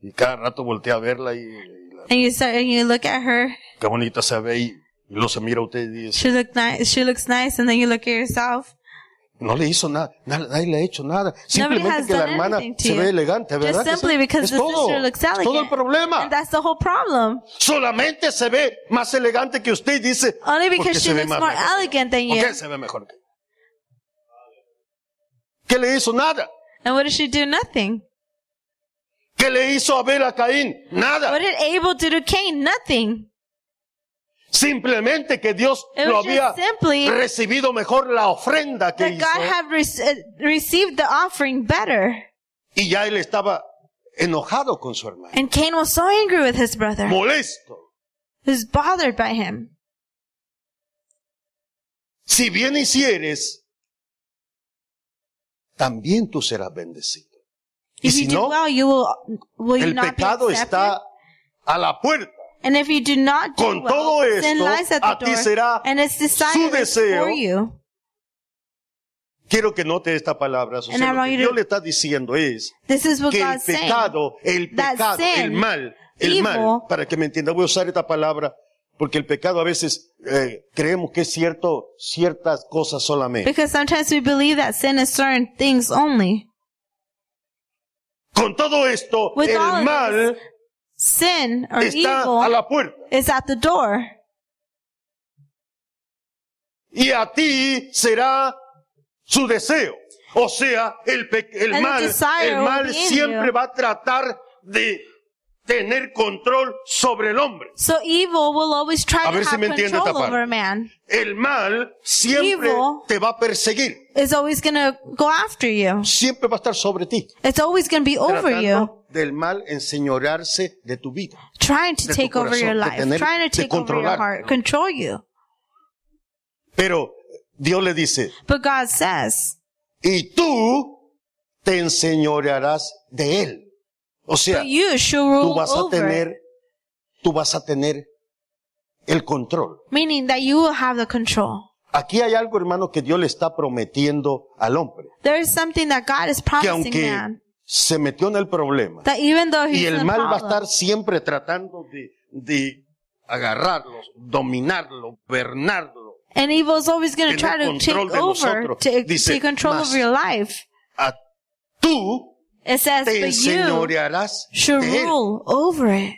Speaker 1: Y cada rato volteé a verla y, y la-
Speaker 2: And you start, and you look at her.
Speaker 1: qué bonita se ve y, y lo se mira a usted y dice,
Speaker 2: She look nice. She looks nice, and then you look at yourself.
Speaker 1: no le hizo nada, na- nadie le ha hecho nada.
Speaker 2: Nobody
Speaker 1: Simplemente
Speaker 2: has
Speaker 1: que la
Speaker 2: done
Speaker 1: hermana
Speaker 2: anything to
Speaker 1: se
Speaker 2: you.
Speaker 1: ve elegante, ¿verdad?
Speaker 2: Just
Speaker 1: que sí?
Speaker 2: simply because
Speaker 1: Es
Speaker 2: the
Speaker 1: todo,
Speaker 2: sister looks
Speaker 1: es
Speaker 2: elegant.
Speaker 1: todo el problema.
Speaker 2: And that's the whole problem.
Speaker 1: Solamente se ve más elegante que usted y dice,
Speaker 2: Only
Speaker 1: "¿Por qué
Speaker 2: because she
Speaker 1: se ve
Speaker 2: looks
Speaker 1: más
Speaker 2: more
Speaker 1: mejor que yo?
Speaker 2: elegant than
Speaker 1: ¿Por
Speaker 2: you.
Speaker 1: qué se ve mejor que yo? ¿Qué le hizo? Nada.
Speaker 2: And what did she do? Nothing.
Speaker 1: ¿Qué le hizo Abel a Caín?
Speaker 2: What
Speaker 1: Nada.
Speaker 2: did Abel do to Cain? Nothing.
Speaker 1: Simplemente que Dios
Speaker 2: It
Speaker 1: lo
Speaker 2: was
Speaker 1: había
Speaker 2: just simply
Speaker 1: recibido mejor la ofrenda que
Speaker 2: that
Speaker 1: hizo
Speaker 2: God had re- uh, received the offering better,
Speaker 1: y ya él estaba enojado con su hermano,
Speaker 2: And Cain was so angry with his brother.
Speaker 1: molesto.
Speaker 2: He was bothered by him.
Speaker 1: Si bien hicieres, también tú serás bendecido. Y
Speaker 2: If
Speaker 1: si
Speaker 2: you do
Speaker 1: no,
Speaker 2: well, you will, will you
Speaker 1: el
Speaker 2: not be
Speaker 1: pecado
Speaker 2: accepted?
Speaker 1: está a la puerta.
Speaker 2: And if you do not do
Speaker 1: Con
Speaker 2: well,
Speaker 1: todo
Speaker 2: sin
Speaker 1: esto,
Speaker 2: lies at the
Speaker 1: a ti
Speaker 2: door,
Speaker 1: será
Speaker 2: and it's
Speaker 1: su
Speaker 2: decided it's
Speaker 1: deseo.
Speaker 2: for you.
Speaker 1: Quiero que note esta palabra. Susana.
Speaker 2: And I
Speaker 1: Lo
Speaker 2: want
Speaker 1: que
Speaker 2: you
Speaker 1: Dios
Speaker 2: to-
Speaker 1: le está diciendo es
Speaker 2: This is what
Speaker 1: que el
Speaker 2: God's saying.
Speaker 1: pecado, el
Speaker 2: that
Speaker 1: pecado,
Speaker 2: sin,
Speaker 1: el mal, el
Speaker 2: evil-
Speaker 1: mal, para que me entienda, voy a usar esta palabra porque el pecado a veces eh, creemos que es cierto, ciertas cosas solamente.
Speaker 2: Because sometimes we believe that sin is certain things only.
Speaker 1: Con todo esto,
Speaker 2: With all of
Speaker 1: el
Speaker 2: this,
Speaker 1: mal
Speaker 2: Sin or
Speaker 1: está
Speaker 2: evil
Speaker 1: a la puerta.
Speaker 2: is at the door.
Speaker 1: Y a ti será su deseo. O sea, el, pe- el
Speaker 2: And the
Speaker 1: mal,
Speaker 2: desire
Speaker 1: el
Speaker 2: will
Speaker 1: mal
Speaker 2: be in
Speaker 1: siempre
Speaker 2: you.
Speaker 1: va a tratar de tener control sobre el hombre.
Speaker 2: So evil will always try
Speaker 1: A ver
Speaker 2: to
Speaker 1: si
Speaker 2: have
Speaker 1: me entiende esta
Speaker 2: control
Speaker 1: parte.
Speaker 2: over a man.
Speaker 1: El mal siempre
Speaker 2: Evil.
Speaker 1: te va a perseguir.
Speaker 2: It's always gonna go after you.
Speaker 1: Siempre va a estar sobre ti.
Speaker 2: It's always gonna be over you.
Speaker 1: tratando del mal enseñorearse de tu vida.
Speaker 2: Trying to
Speaker 1: de tu
Speaker 2: take over
Speaker 1: corazón,
Speaker 2: your
Speaker 1: de
Speaker 2: life.
Speaker 1: tener-
Speaker 2: Trying to
Speaker 1: de
Speaker 2: take over
Speaker 1: controlar.
Speaker 2: your heart. Control you.
Speaker 1: Pero Dios le dice,
Speaker 2: But God says,
Speaker 1: y tú te enseñorearás de él. O sea,
Speaker 2: but you shall
Speaker 1: tú
Speaker 2: rule
Speaker 1: vas a
Speaker 2: over. it.
Speaker 1: tener, tú vas a tener el control.
Speaker 2: Meaning that you will have the control.
Speaker 1: Aquí hay algo, hermano, que Dios le está prometiendo al hombre.
Speaker 2: There is something that God is
Speaker 1: Que
Speaker 2: promising
Speaker 1: aunque
Speaker 2: man.
Speaker 1: se metió en el problema
Speaker 2: That even though he's
Speaker 1: y el
Speaker 2: in
Speaker 1: mal va a
Speaker 2: problem,
Speaker 1: estar siempre tratando de, de agarrarlo, dominarlo, gobernarlo,
Speaker 2: and evil is always going to
Speaker 1: tener
Speaker 2: try to take
Speaker 1: control de
Speaker 2: over,
Speaker 1: nosotros.
Speaker 2: to
Speaker 1: Dice,
Speaker 2: take control
Speaker 1: "Mas
Speaker 2: over your life.
Speaker 1: a tú
Speaker 2: It says,
Speaker 1: te
Speaker 2: but you
Speaker 1: enseñorearás
Speaker 2: should
Speaker 1: de él.
Speaker 2: rule over it.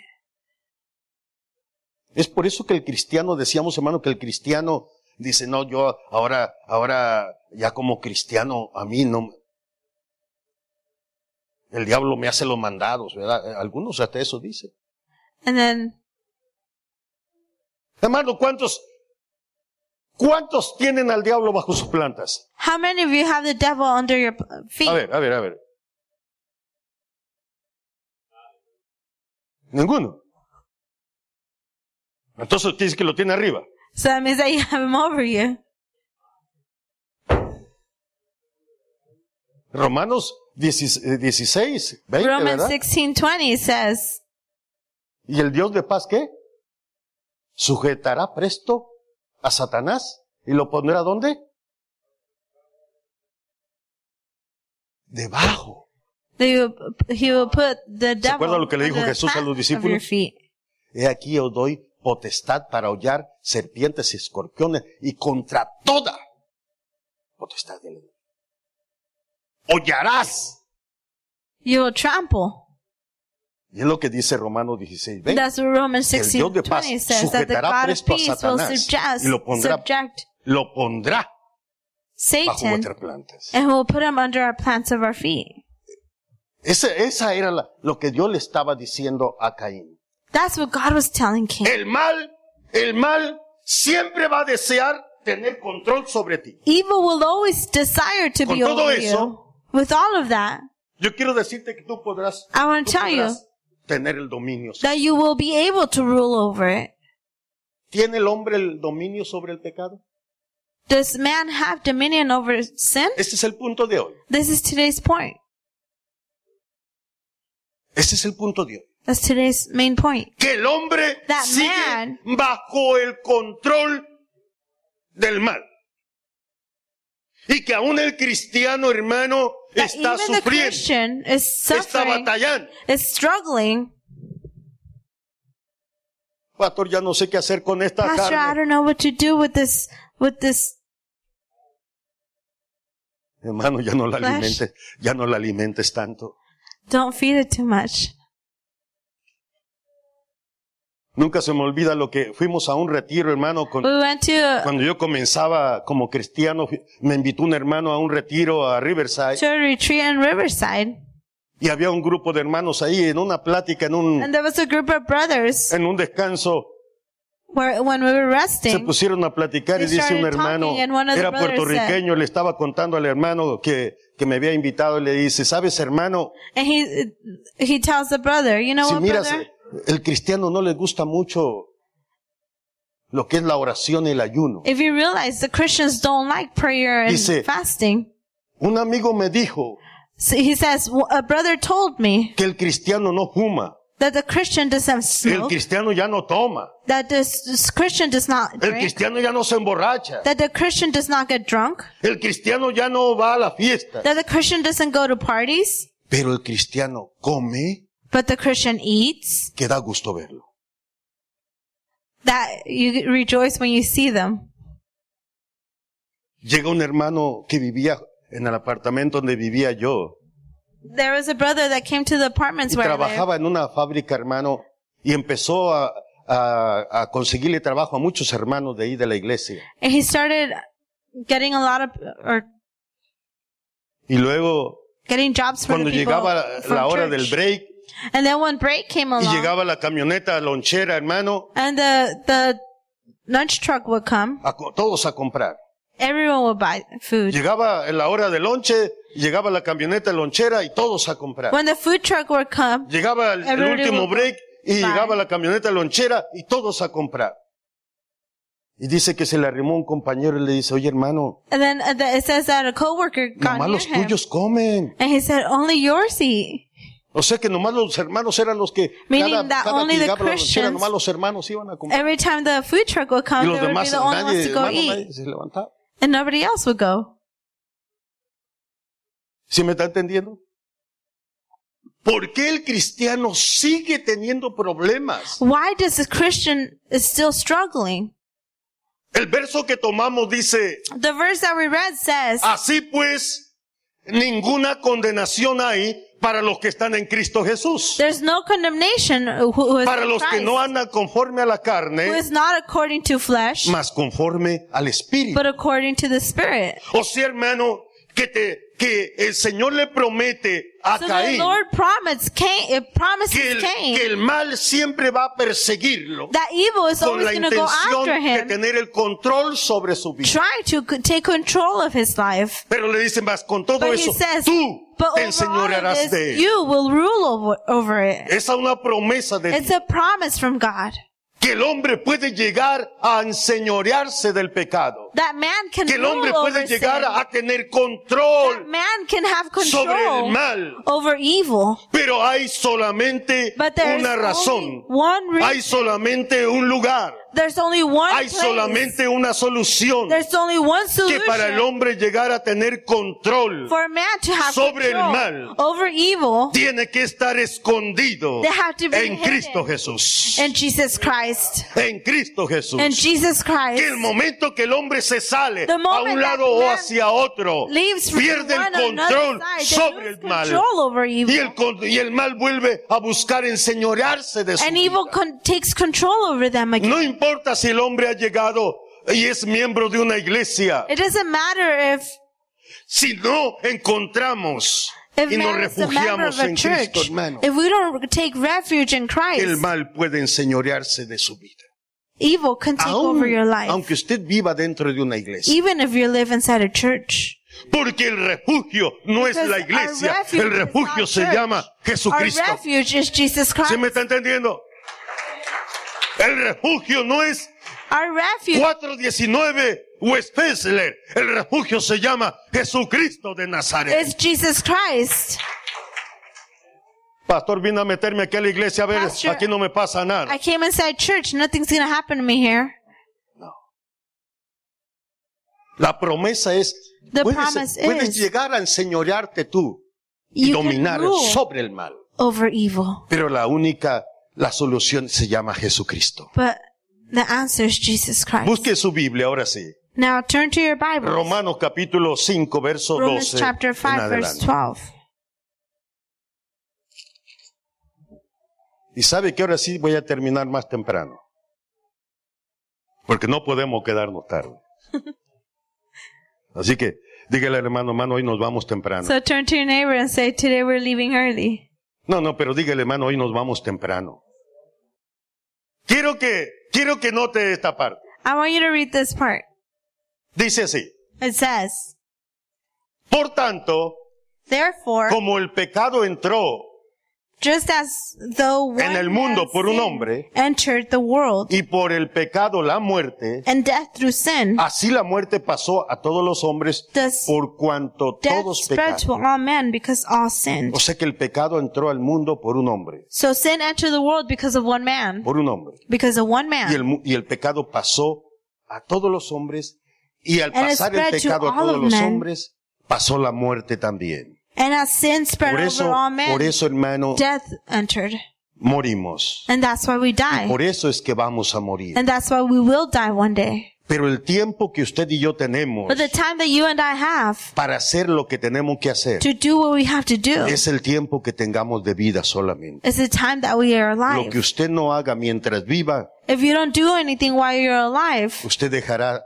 Speaker 1: Es por eso que el cristiano, decíamos hermano, que el cristiano dice, no, yo ahora, ahora, ya como cristiano, a mí no. El diablo me hace los mandados, ¿verdad? Eh, Algunos hasta eso dicen.
Speaker 2: And then,
Speaker 1: Hermano, ¿cuántos, cuántos tienen al diablo bajo sus plantas?
Speaker 2: how many of you have the devil under your p-
Speaker 1: A
Speaker 2: feet?
Speaker 1: ver, a ver, a ver. Ninguno. Entonces usted dice que lo tiene arriba.
Speaker 2: So that means that you have him over you.
Speaker 1: Romanos 16, eh, 16 20,
Speaker 2: Romans
Speaker 1: ¿verdad?
Speaker 2: sixteen twenty says,
Speaker 1: ¿Y el Dios de paz qué? Sujetará presto a Satanás y lo pondrá ¿dónde? Debajo.
Speaker 2: that you, he will put the devil
Speaker 1: acuerda lo que le dijo
Speaker 2: on the
Speaker 1: Jesús a los
Speaker 2: path of your
Speaker 1: discípulos?
Speaker 2: feet.
Speaker 1: He aquí os doy potestad para hollar serpientes y escorpiones y contra toda potestad del enemigo. Hollarás.
Speaker 2: You will trample.
Speaker 1: Y es lo que dice Romanos 16, 20.
Speaker 2: That's what Romans
Speaker 1: El Dios
Speaker 2: sixteen
Speaker 1: de paz
Speaker 2: twenty says, that the
Speaker 1: sujetará
Speaker 2: God of
Speaker 1: presto a
Speaker 2: peace will
Speaker 1: Satanás
Speaker 2: suggest,
Speaker 1: y lo pondrá-
Speaker 2: subject
Speaker 1: Lo pondrá bajo
Speaker 2: Satan
Speaker 1: vuestras plantas.
Speaker 2: and will put him under our plants of our feet.
Speaker 1: Esa, esa era la- lo que Dios le estaba diciendo a Caín.
Speaker 2: That's what God was telling Cain.
Speaker 1: El mal, el mal siempre va a desear tener control sobre ti.
Speaker 2: Evil will always desire to
Speaker 1: Con
Speaker 2: be
Speaker 1: todo
Speaker 2: over you.
Speaker 1: eso-
Speaker 2: With all of that,
Speaker 1: Yo quiero decirte que tú podrás,
Speaker 2: I want
Speaker 1: tú
Speaker 2: to tell you
Speaker 1: podrás tener el dominio.
Speaker 2: that you will be able to rule over it.
Speaker 1: ¿Tiene el hombre el dominio sobre el pecado?
Speaker 2: Does man have dominion over sin?
Speaker 1: Este es el punto de hoy.
Speaker 2: This is today's point.
Speaker 1: Este es el punto de hoy.
Speaker 2: That's today's main point.
Speaker 1: Que el hombre
Speaker 2: That
Speaker 1: sigue
Speaker 2: man-
Speaker 1: bajo el control del mal. Y que aún el cristiano hermano
Speaker 2: That
Speaker 1: está
Speaker 2: even the
Speaker 1: sufriendo,
Speaker 2: Christian is
Speaker 1: está
Speaker 2: suffering,
Speaker 1: batallando.
Speaker 2: is struggling.
Speaker 1: Pastor, ya no sé qué hacer con esta
Speaker 2: Pastor, I
Speaker 1: carne.
Speaker 2: don't know what to do with this, with this
Speaker 1: Hermano, ya no la
Speaker 2: Flesh.
Speaker 1: alimentes, ya no la alimentes tanto.
Speaker 2: Don't feed it too much.
Speaker 1: Nunca se me olvida lo que fuimos a un retiro, hermano, con,
Speaker 2: We went to a,
Speaker 1: cuando yo comenzaba como cristiano, fui- me invitó un hermano a un retiro a Riverside
Speaker 2: to a retreat in Riverside,
Speaker 1: y había un grupo de hermanos ahí en una plática, en un,
Speaker 2: and there was a group of brothers
Speaker 1: en un descanso
Speaker 2: Where, when we were
Speaker 1: Se
Speaker 2: resting,
Speaker 1: pusieron a platicar y
Speaker 2: They
Speaker 1: dice un
Speaker 2: started
Speaker 1: hermano,
Speaker 2: talking and one of the
Speaker 1: era
Speaker 2: brothers
Speaker 1: puertorriqueño, le estaba contando al hermano que, que me había invitado y le dice, sabes hermano,
Speaker 2: and he he tells the brother, you know
Speaker 1: si
Speaker 2: what,
Speaker 1: miras,
Speaker 2: brother?
Speaker 1: el cristiano no le gusta mucho lo que es la oración y el ayuno.
Speaker 2: If you realize the Christians don't like prayer and
Speaker 1: Dice-
Speaker 2: fasting,
Speaker 1: Un amigo me dijo
Speaker 2: so he says, "W- a brother told me
Speaker 1: que el cristiano no fuma,
Speaker 2: that the Christian doesn't
Speaker 1: el
Speaker 2: smoke,
Speaker 1: cristiano ya no toma,
Speaker 2: that this, this Christian does not
Speaker 1: el
Speaker 2: drink,
Speaker 1: cristiano ya no se emborracha,
Speaker 2: that the Christian does not get drunk,
Speaker 1: el cristiano ya no va a la fiesta.
Speaker 2: that the Christian doesn't go to parties,
Speaker 1: Pero el cristiano come
Speaker 2: but the Christian eats,
Speaker 1: que da gusto verlo.
Speaker 2: that you rejoice when you see them.
Speaker 1: Llega un hermano que vivía en el apartamento donde vivía yo
Speaker 2: There was a brother that came to the apartments
Speaker 1: y
Speaker 2: where I lived.
Speaker 1: trabajaba en una fábrica, hermano, y empezó a, a- a conseguirle trabajo a muchos hermanos de ahí de la iglesia.
Speaker 2: And he started getting a lot of, or
Speaker 1: Y luego,
Speaker 2: getting jobs for
Speaker 1: cuando
Speaker 2: the people
Speaker 1: llegaba
Speaker 2: from
Speaker 1: la hora del
Speaker 2: church.
Speaker 1: break
Speaker 2: And then when break came
Speaker 1: y
Speaker 2: along,
Speaker 1: llegaba la camioneta lonchera, hermano,
Speaker 2: and the, the lunch truck would come,
Speaker 1: a co- todos a comprar.
Speaker 2: everyone would buy food.
Speaker 1: Llegaba en la hora del lonche, llegaba la camioneta lonchera y todos a comprar.
Speaker 2: When the food truck would come,
Speaker 1: Llegaba el, el
Speaker 2: Everybody
Speaker 1: último
Speaker 2: will-
Speaker 1: break y
Speaker 2: Bye.
Speaker 1: llegaba la camioneta lonchera y todos a comprar. Y dice que se le arrimó un compañero y le dice, oye hermano,
Speaker 2: and then uh, the, it says that a coworker
Speaker 1: nomás
Speaker 2: got near
Speaker 1: los
Speaker 2: him,
Speaker 1: tuyos comen.
Speaker 2: and he said, "Only yours eat."
Speaker 1: O sea que nomás los hermanos eran los que,
Speaker 2: Meaning
Speaker 1: cada,
Speaker 2: that
Speaker 1: cada que
Speaker 2: only the
Speaker 1: llegaba la lonchera,
Speaker 2: Christians-
Speaker 1: nomás los hermanos iban a comprar.
Speaker 2: Every time the food truck would
Speaker 1: Y
Speaker 2: come,
Speaker 1: los
Speaker 2: there would be
Speaker 1: demás,
Speaker 2: the only ones
Speaker 1: nadie,
Speaker 2: to go
Speaker 1: hermano,
Speaker 2: eat,
Speaker 1: nadie se levantaba.
Speaker 2: and nobody else would go.
Speaker 1: ¿Sí me está entendiendo? ¿Por qué el cristiano sigue teniendo problemas?
Speaker 2: Why does the Christian is still struggling?
Speaker 1: El verso que tomamos dice,
Speaker 2: The verse that we read says,
Speaker 1: Así pues, ninguna condenación hay para los que están en Cristo Jesús.
Speaker 2: "There's no condemnation who, who is
Speaker 1: Para
Speaker 2: in
Speaker 1: los que
Speaker 2: Christ,
Speaker 1: no andan conforme a la
Speaker 2: who
Speaker 1: carne,
Speaker 2: is not according to flesh,
Speaker 1: mas conforme al Espíritu.
Speaker 2: but according to the Spirit."
Speaker 1: O sea, hermano, que te, que el Señor le promete a
Speaker 2: So the
Speaker 1: Caín
Speaker 2: Lord promised Cain, it
Speaker 1: que
Speaker 2: promises
Speaker 1: el,
Speaker 2: Cain
Speaker 1: que el mal siempre va a perseguirlo
Speaker 2: that evil is
Speaker 1: con
Speaker 2: always
Speaker 1: la
Speaker 2: going to go
Speaker 1: intención
Speaker 2: after
Speaker 1: de
Speaker 2: him,
Speaker 1: tener el control sobre su vida.
Speaker 2: trying to c- take control of his life.
Speaker 1: Pero le dicen más, con todo
Speaker 2: But
Speaker 1: eso,
Speaker 2: he says,
Speaker 1: tú
Speaker 2: but
Speaker 1: te
Speaker 2: over all of
Speaker 1: enseñorearás de
Speaker 2: this,
Speaker 1: él.
Speaker 2: you will rule over, over it.
Speaker 1: Esa es una promesa de Dios.
Speaker 2: It's a promise from God
Speaker 1: que el hombre puede llegar a enseñorearse del pecado,
Speaker 2: that man can
Speaker 1: que el hombre
Speaker 2: rule over
Speaker 1: puede
Speaker 2: sin.
Speaker 1: llegar a tener
Speaker 2: That
Speaker 1: control,
Speaker 2: man can have
Speaker 1: sobre el
Speaker 2: control
Speaker 1: mal.
Speaker 2: over evil.
Speaker 1: pero hay solamente
Speaker 2: But there's
Speaker 1: una
Speaker 2: only
Speaker 1: razón,
Speaker 2: one reason.
Speaker 1: hay solamente un lugar,
Speaker 2: There's only one
Speaker 1: hay
Speaker 2: place.
Speaker 1: solamente una solución
Speaker 2: There's only one
Speaker 1: que
Speaker 2: solution
Speaker 1: para el hombre llegar a tener control
Speaker 2: for a man to have
Speaker 1: sobre el
Speaker 2: control
Speaker 1: mal.
Speaker 2: over evil
Speaker 1: tiene que estar escondido
Speaker 2: They have to be
Speaker 1: en
Speaker 2: hidden.
Speaker 1: Cristo Jesús,
Speaker 2: in Jesus Christ.
Speaker 1: en Cristo Jesús.
Speaker 2: And Jesus Christ
Speaker 1: que el momento que el hombre se sale
Speaker 2: The
Speaker 1: a
Speaker 2: moment
Speaker 1: un
Speaker 2: that
Speaker 1: lado o
Speaker 2: man
Speaker 1: hacia otro,
Speaker 2: leaves from
Speaker 1: pierde el
Speaker 2: one another
Speaker 1: control
Speaker 2: side, they
Speaker 1: sobre
Speaker 2: lose
Speaker 1: el mal.
Speaker 2: control over
Speaker 1: Y
Speaker 2: evil.
Speaker 1: el, con- y el mal vuelve a buscar enseñorearse de su
Speaker 2: And evil
Speaker 1: vida.
Speaker 2: con- takes control over them again.
Speaker 1: No importa si el hombre ha llegado y es miembro de una iglesia,
Speaker 2: It doesn't matter if
Speaker 1: si no encontramos
Speaker 2: if
Speaker 1: y nos
Speaker 2: man is a member of
Speaker 1: refugiamos
Speaker 2: a
Speaker 1: en
Speaker 2: church.
Speaker 1: Cristo, hermano,
Speaker 2: If we don't take refuge in
Speaker 1: el
Speaker 2: Christ,
Speaker 1: mal puede enseñorearse de su vida.
Speaker 2: evil can take
Speaker 1: Aún-
Speaker 2: over your life.
Speaker 1: aunque usted viva dentro de una iglesia.
Speaker 2: Even if you live inside a church.
Speaker 1: Porque el refugio no es
Speaker 2: Because
Speaker 1: la
Speaker 2: our
Speaker 1: iglesia,
Speaker 2: refuge
Speaker 1: el
Speaker 2: is
Speaker 1: refugio
Speaker 2: not
Speaker 1: se
Speaker 2: church.
Speaker 1: llama
Speaker 2: Our
Speaker 1: Jesucristo.
Speaker 2: refuge is Jesus Christ.
Speaker 1: ¿Se me está entendiendo? El refugio no es
Speaker 2: Our refuge
Speaker 1: 419 West Fessler. El refugio se llama Jesucristo de Nazaret.
Speaker 2: is Jesus Christ.
Speaker 1: Pastor, vino a meterme aquí a la iglesia a ver,
Speaker 2: Pastor,
Speaker 1: aquí no me pasa nada.
Speaker 2: I came inside church. Nothing's going to happen to me here.
Speaker 1: La promesa es,
Speaker 2: The
Speaker 1: puedes,
Speaker 2: promise
Speaker 1: puedes
Speaker 2: is-
Speaker 1: llegar a enseñorearte tú y
Speaker 2: You
Speaker 1: dominar
Speaker 2: can rule
Speaker 1: sobre el mal.
Speaker 2: over evil.
Speaker 1: Pero la única, la solución se llama Jesucristo.
Speaker 2: But the answer is Jesus Christ.
Speaker 1: Busque su Biblia ahora sí.
Speaker 2: Now turn to your Bible.
Speaker 1: Romanos capítulo 5, verso
Speaker 2: Romans
Speaker 1: 12.
Speaker 2: chapter
Speaker 1: en
Speaker 2: 5 verse
Speaker 1: adelante.
Speaker 2: 12.
Speaker 1: Y sabe que ahora sí voy a terminar más temprano. Porque no podemos quedarnos
Speaker 2: *laughs*
Speaker 1: tarde. Así que dígale al hermano, hermano, hoy nos vamos temprano.
Speaker 2: So turn to your neighbor and say, today we're leaving early.
Speaker 1: No, no, pero dígale, hermano, hoy nos vamos temprano. ¿Qué Quiero que, quiero que note esta parte.
Speaker 2: I want you to read this part.
Speaker 1: Dice así.
Speaker 2: It says,
Speaker 1: Por tanto,
Speaker 2: Therefore,
Speaker 1: como el pecado entró
Speaker 2: just as though one
Speaker 1: en el mundo
Speaker 2: man's
Speaker 1: por un
Speaker 2: sin
Speaker 1: hombre
Speaker 2: entered the world,
Speaker 1: y por el pecado la muerte,
Speaker 2: and death through sin,
Speaker 1: así la muerte pasó a todos los hombres
Speaker 2: Does
Speaker 1: Ah, por cuanto
Speaker 2: death
Speaker 1: todos
Speaker 2: spread to
Speaker 1: pecaron.
Speaker 2: all men because all sinned.
Speaker 1: O sea que el pecado entró al mundo por un hombre,
Speaker 2: So sin entered the world because of one man,
Speaker 1: por un hombre.
Speaker 2: because of one
Speaker 1: Y el,
Speaker 2: man,
Speaker 1: mu- y el pecado pasó a todos los hombres y al
Speaker 2: And it
Speaker 1: pasar el
Speaker 2: spread to
Speaker 1: pecado a
Speaker 2: all
Speaker 1: todos
Speaker 2: of
Speaker 1: los
Speaker 2: men.
Speaker 1: hombres, pasó la muerte también.
Speaker 2: and as sin spread
Speaker 1: Por eso,
Speaker 2: over all men,
Speaker 1: por eso hermano,
Speaker 2: death entered,
Speaker 1: morimos.
Speaker 2: and that's why we die,
Speaker 1: Por eso es que vamos a morir.
Speaker 2: and that's why we will die one day.
Speaker 1: Pero el tiempo que usted y yo tenemos
Speaker 2: But the time that you and I have
Speaker 1: para hacer lo que tenemos que hacer
Speaker 2: to do what we have to do
Speaker 1: es el tiempo que tengamos de vida solamente.
Speaker 2: is the time that we are
Speaker 1: Lo que
Speaker 2: alive.
Speaker 1: usted no haga mientras viva,
Speaker 2: If you don't do anything while you're alive,
Speaker 1: usted dejará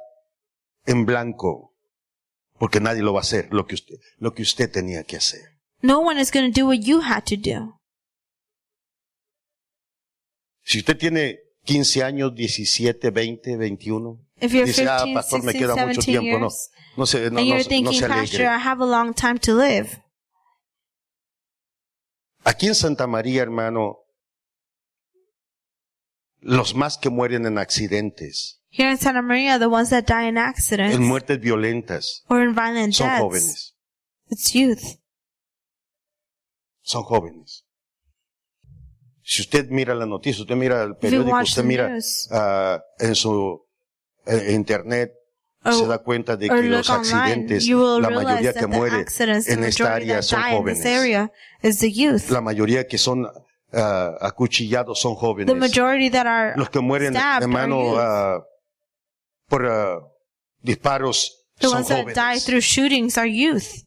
Speaker 1: en blanco. Porque nadie lo va a hacer, lo que usted, lo que usted tenía que hacer.
Speaker 2: no one is going to do what you had to do.
Speaker 1: Si usted tiene 15 años, 17, 20, 21,
Speaker 2: If you're
Speaker 1: dice, ah,
Speaker 2: 15,
Speaker 1: pastor, me
Speaker 2: 16,
Speaker 1: queda mucho
Speaker 2: 17
Speaker 1: tiempo, no.
Speaker 2: years,
Speaker 1: No se, no,
Speaker 2: and
Speaker 1: no,
Speaker 2: you're
Speaker 1: se- no
Speaker 2: thinking,
Speaker 1: se
Speaker 2: Pastor,
Speaker 1: alegre.
Speaker 2: I have a long time to live.
Speaker 1: Aquí en Santa María, hermano, los más que mueren en accidentes,
Speaker 2: Here in Santa Maria, the ones that die in
Speaker 1: en
Speaker 2: accidents
Speaker 1: muertes violentas,
Speaker 2: or in violent
Speaker 1: son
Speaker 2: deaths,
Speaker 1: jóvenes,
Speaker 2: it's youth.
Speaker 1: son jóvenes. Si usted mira la noticia, usted mira el periódico,
Speaker 2: watch
Speaker 1: usted
Speaker 2: the
Speaker 1: mira
Speaker 2: news.
Speaker 1: ah, en su eh, internet, se da
Speaker 2: Or,
Speaker 1: cuenta de
Speaker 2: Oh, or
Speaker 1: que los
Speaker 2: look online,
Speaker 1: accidentes,
Speaker 2: you will
Speaker 1: la
Speaker 2: realize
Speaker 1: mayoría
Speaker 2: that
Speaker 1: que
Speaker 2: the
Speaker 1: muere
Speaker 2: accidents, the
Speaker 1: en esta
Speaker 2: majority
Speaker 1: área
Speaker 2: that
Speaker 1: son
Speaker 2: die in this
Speaker 1: jóvenes.
Speaker 2: area is the youth.
Speaker 1: La mayoría que son ah, acuchillados son
Speaker 2: The
Speaker 1: jóvenes.
Speaker 2: majority that are
Speaker 1: los que mueren,
Speaker 2: stabbed are
Speaker 1: hermano,
Speaker 2: youth.
Speaker 1: ah, por ah, disparos
Speaker 2: the
Speaker 1: son
Speaker 2: ones that die
Speaker 1: jóvenes.
Speaker 2: through shootings are youth.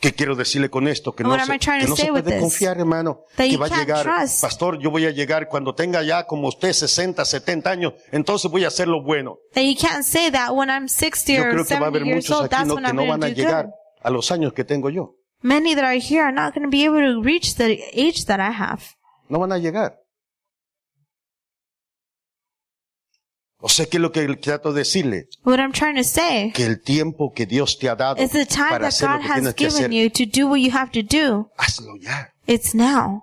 Speaker 1: ¿Qué quiero decirle con esto? Que
Speaker 2: And
Speaker 1: no
Speaker 2: what am
Speaker 1: se,
Speaker 2: I trying
Speaker 1: que
Speaker 2: to
Speaker 1: no se
Speaker 2: say with
Speaker 1: puede
Speaker 2: this?
Speaker 1: confiar, hermano.
Speaker 2: That
Speaker 1: Que
Speaker 2: you
Speaker 1: va a
Speaker 2: can't
Speaker 1: llegar,
Speaker 2: trust.
Speaker 1: pastor, yo voy a llegar cuando tenga ya como usted 60, 70 años, entonces voy a hacer lo bueno.
Speaker 2: That you can't say that when I'm 60
Speaker 1: Yo
Speaker 2: or
Speaker 1: creo que va a haber
Speaker 2: 70 years
Speaker 1: muchos
Speaker 2: old,
Speaker 1: aquí
Speaker 2: that's
Speaker 1: no,
Speaker 2: when
Speaker 1: que
Speaker 2: I'm
Speaker 1: no
Speaker 2: going
Speaker 1: van a
Speaker 2: to do good.
Speaker 1: llegar a los años que tengo yo.
Speaker 2: Many that are here are not going to be able to reach the age that I have.
Speaker 1: No van a llegar. O sea, ¿qué es lo que trato de decirle?
Speaker 2: What I'm trying to say
Speaker 1: Que el tiempo que Dios te ha dado
Speaker 2: is the time
Speaker 1: para
Speaker 2: that
Speaker 1: hacer lo
Speaker 2: God
Speaker 1: que
Speaker 2: has
Speaker 1: tienes que hacer,
Speaker 2: given you to do what you have to do.
Speaker 1: hazlo ya.
Speaker 2: It's now.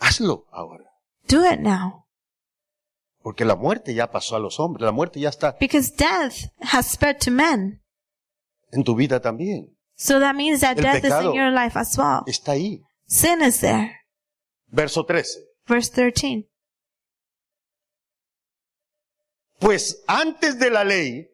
Speaker 1: Hazlo ahora.
Speaker 2: Do it now.
Speaker 1: Porque la muerte ya pasó a los hombres. La muerte ya está
Speaker 2: Because death has spread to men.
Speaker 1: en tu vida también.
Speaker 2: So that means that
Speaker 1: El
Speaker 2: death is
Speaker 1: pecado.
Speaker 2: in your life as well.
Speaker 1: Está ahí.
Speaker 2: Sin is there.
Speaker 1: Verso 13.
Speaker 2: Verse 13.
Speaker 1: Pues antes de la ley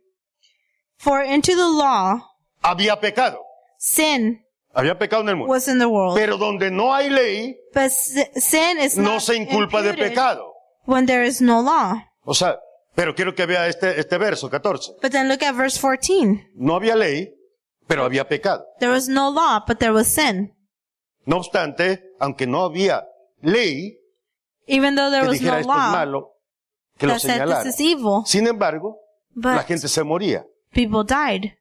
Speaker 2: For into the law,
Speaker 1: había pecado.
Speaker 2: sin
Speaker 1: Había pecado en el mundo.
Speaker 2: was in the world.
Speaker 1: Pero donde no hay ley,
Speaker 2: But si- sin is
Speaker 1: no
Speaker 2: not
Speaker 1: se inculpa de
Speaker 2: imputed
Speaker 1: pecado.
Speaker 2: when there is no law.
Speaker 1: O sea, pero quiero que vea este, este verso 14.
Speaker 2: But then look at verse 14.
Speaker 1: No había ley, pero había pecado.
Speaker 2: There was no law, but there was sin.
Speaker 1: No obstante, aunque no había ley
Speaker 2: Even though there
Speaker 1: que
Speaker 2: was no
Speaker 1: dijera esto es
Speaker 2: law
Speaker 1: malo, que lo
Speaker 2: that said
Speaker 1: señalara.
Speaker 2: this is evil,
Speaker 1: Sin embargo, la
Speaker 2: but
Speaker 1: gente se moría.
Speaker 2: people died.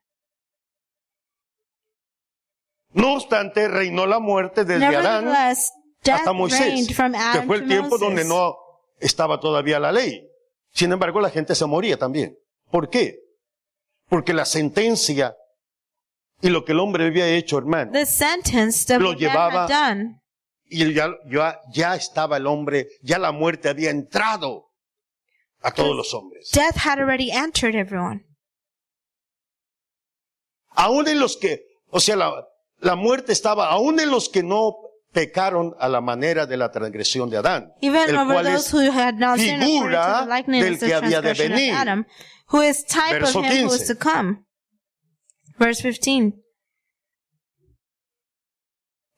Speaker 1: No obstante, reinó la muerte desde Adán
Speaker 2: Nevertheless, death
Speaker 1: hasta Moisés,
Speaker 2: reigned from
Speaker 1: que
Speaker 2: Adam
Speaker 1: fue
Speaker 2: to
Speaker 1: el tiempo donde
Speaker 2: Moses.
Speaker 1: no estaba todavía la ley. Sin embargo, la gente se moría también. ¿Por qué? Porque la sentencia y lo que el hombre había hecho, hermano,
Speaker 2: The sentence that
Speaker 1: Lo
Speaker 2: what man
Speaker 1: llevaba-
Speaker 2: had done,
Speaker 1: y ya, ya, ya estaba el hombre, ya la muerte había entrado a todos los hombres.
Speaker 2: death had already entered everyone.
Speaker 1: Aún en los que, o sea, la, la muerte estaba, aún en los que no pecaron a la manera de la transgresión de Adán,
Speaker 2: Even
Speaker 1: el
Speaker 2: over
Speaker 1: cual
Speaker 2: those
Speaker 1: es
Speaker 2: who had not sinned according to
Speaker 1: figura
Speaker 2: the likeness
Speaker 1: del
Speaker 2: of
Speaker 1: que había de
Speaker 2: transgression
Speaker 1: venir.
Speaker 2: of Adam, who is type
Speaker 1: Verso
Speaker 2: of him who
Speaker 1: 15.
Speaker 2: is to come. Verse 15.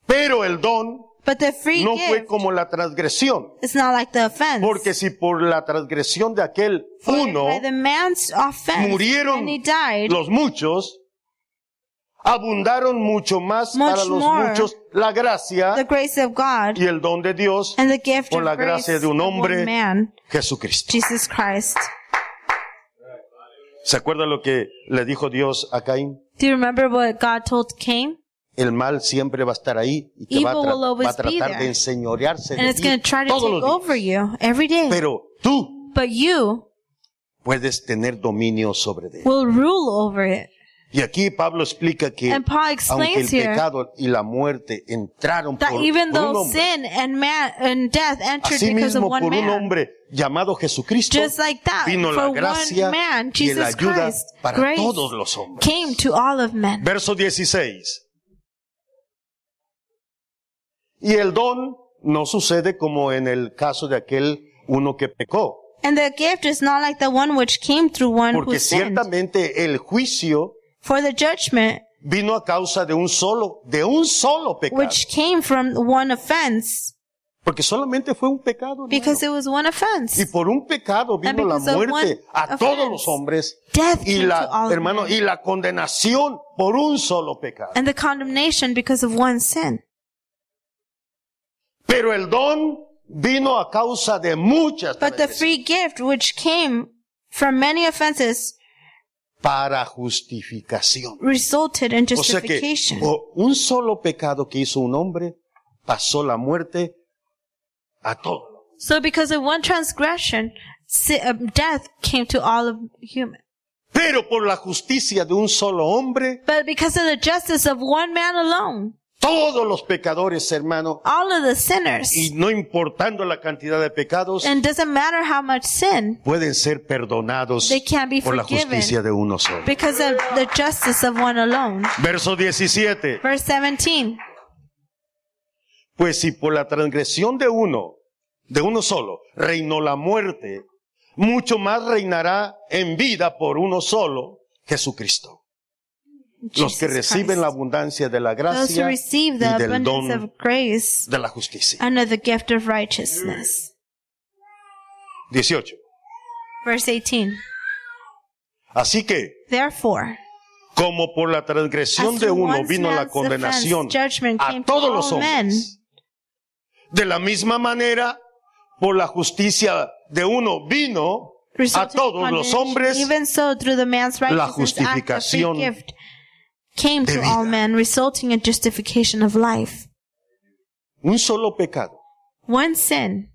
Speaker 1: Pero el don
Speaker 2: But the free
Speaker 1: no fue
Speaker 2: gift
Speaker 1: como la transgresión.
Speaker 2: is not like the offense.
Speaker 1: Porque si por la transgresión de aquel
Speaker 2: For if
Speaker 1: uno
Speaker 2: by the man's offense,
Speaker 1: murieron
Speaker 2: and he died,
Speaker 1: los muchos, abundaron mucho más
Speaker 2: Much
Speaker 1: para los
Speaker 2: more.
Speaker 1: muchos la
Speaker 2: the
Speaker 1: gracia
Speaker 2: grace of God
Speaker 1: y el don de Dios,
Speaker 2: and the gift
Speaker 1: por
Speaker 2: of
Speaker 1: la
Speaker 2: grace
Speaker 1: gracia de un
Speaker 2: of
Speaker 1: hombre.
Speaker 2: one man,
Speaker 1: Jesucristo.
Speaker 2: Jesus Christ.
Speaker 1: ¿Se acuerda lo que le dijo Dios a Caín?
Speaker 2: Do you remember what God told Cain?
Speaker 1: el mal siempre va a estar ahí y te va a,
Speaker 2: Evil
Speaker 1: tra-
Speaker 2: will always
Speaker 1: va a
Speaker 2: be
Speaker 1: tratar
Speaker 2: there.
Speaker 1: de enseñorearse
Speaker 2: and
Speaker 1: de
Speaker 2: it's
Speaker 1: ti
Speaker 2: going to try to
Speaker 1: todos
Speaker 2: take
Speaker 1: los días.
Speaker 2: over you every day.
Speaker 1: Pero tú
Speaker 2: but you
Speaker 1: puedes tener dominio sobre él.
Speaker 2: will rule over it.
Speaker 1: Y aquí Pablo explica que
Speaker 2: And Paul
Speaker 1: aunque el
Speaker 2: explains here
Speaker 1: pecado y la muerte entraron por,
Speaker 2: that even
Speaker 1: por un
Speaker 2: though
Speaker 1: hombre,
Speaker 2: sin and man and death entered
Speaker 1: así
Speaker 2: because of
Speaker 1: mismo
Speaker 2: one
Speaker 1: por un
Speaker 2: man,
Speaker 1: hombre llamado Jesucristo
Speaker 2: just like that,
Speaker 1: vino
Speaker 2: for
Speaker 1: la gracia
Speaker 2: one man,
Speaker 1: y la
Speaker 2: Jesus
Speaker 1: ayuda
Speaker 2: Christ,
Speaker 1: para
Speaker 2: grace
Speaker 1: todos los hombres.
Speaker 2: came to all of men.
Speaker 1: Verso 16. Y el don no sucede como en el caso de aquel uno que pecó,
Speaker 2: And the gift is not like the one which came through one who
Speaker 1: porque
Speaker 2: sinned.
Speaker 1: ciertamente el juicio
Speaker 2: For the judgment
Speaker 1: vino a causa de un solo, de un solo pecado,
Speaker 2: which came from one offense,
Speaker 1: porque solamente fue un pecado. hermano.
Speaker 2: because it was one offense.
Speaker 1: Y por un pecado vino la
Speaker 2: because of
Speaker 1: muerte
Speaker 2: one
Speaker 1: a todos
Speaker 2: offense,
Speaker 1: los hombres
Speaker 2: Death
Speaker 1: y
Speaker 2: came to
Speaker 1: la,
Speaker 2: all of
Speaker 1: hermano,
Speaker 2: men.
Speaker 1: y la condenación por un solo pecado.
Speaker 2: And the condemnation because of one sin.
Speaker 1: Pero el don vino a causa de muchas
Speaker 2: But the
Speaker 1: transgresiones.
Speaker 2: free gift which came from many offenses
Speaker 1: para justificación.
Speaker 2: resulted in
Speaker 1: O sea que
Speaker 2: justification.
Speaker 1: por un solo pecado que hizo un hombre, pasó la muerte a todos.
Speaker 2: So because of one transgression, si- uh, death came to all of human.
Speaker 1: Pero por la justicia de un solo hombre,
Speaker 2: But because of the justice of one man alone,
Speaker 1: todos los pecadores, hermano,
Speaker 2: all of the sinners,
Speaker 1: y no importando la cantidad de pecados,
Speaker 2: and doesn't matter how much sin,
Speaker 1: pueden ser perdonados
Speaker 2: They can be
Speaker 1: por la
Speaker 2: forgiven.
Speaker 1: justicia de uno solo.
Speaker 2: because of the justice of one alone.
Speaker 1: Verso 17.
Speaker 2: Verse 17.
Speaker 1: Pues si por la transgresión de uno, de uno solo, reinó la muerte, mucho más reinará en vida por uno solo, Jesucristo. Los que
Speaker 2: Jesus
Speaker 1: reciben la
Speaker 2: Christ.
Speaker 1: abundancia de la
Speaker 2: Those who
Speaker 1: gracia y
Speaker 2: receive the
Speaker 1: del
Speaker 2: abundance
Speaker 1: don
Speaker 2: of grace
Speaker 1: de la justicia.
Speaker 2: under the gift of righteousness.
Speaker 1: 18.
Speaker 2: Verse 18.
Speaker 1: Así que,
Speaker 2: Therefore,
Speaker 1: como por la transgresión
Speaker 2: As
Speaker 1: de
Speaker 2: through
Speaker 1: uno
Speaker 2: one's
Speaker 1: vino la
Speaker 2: man's
Speaker 1: condenación
Speaker 2: offense, judgment
Speaker 1: a
Speaker 2: came to
Speaker 1: todos
Speaker 2: all
Speaker 1: los hombres, de la misma manera, por la justicia de uno vino a
Speaker 2: resulted
Speaker 1: todos
Speaker 2: upon
Speaker 1: los
Speaker 2: it,
Speaker 1: hombres
Speaker 2: even so through the man's
Speaker 1: la
Speaker 2: righteousness act of free
Speaker 1: justificación
Speaker 2: gift came
Speaker 1: de
Speaker 2: to all
Speaker 1: vida.
Speaker 2: men, resulting in justification of life.
Speaker 1: un solo pecado.
Speaker 2: One sin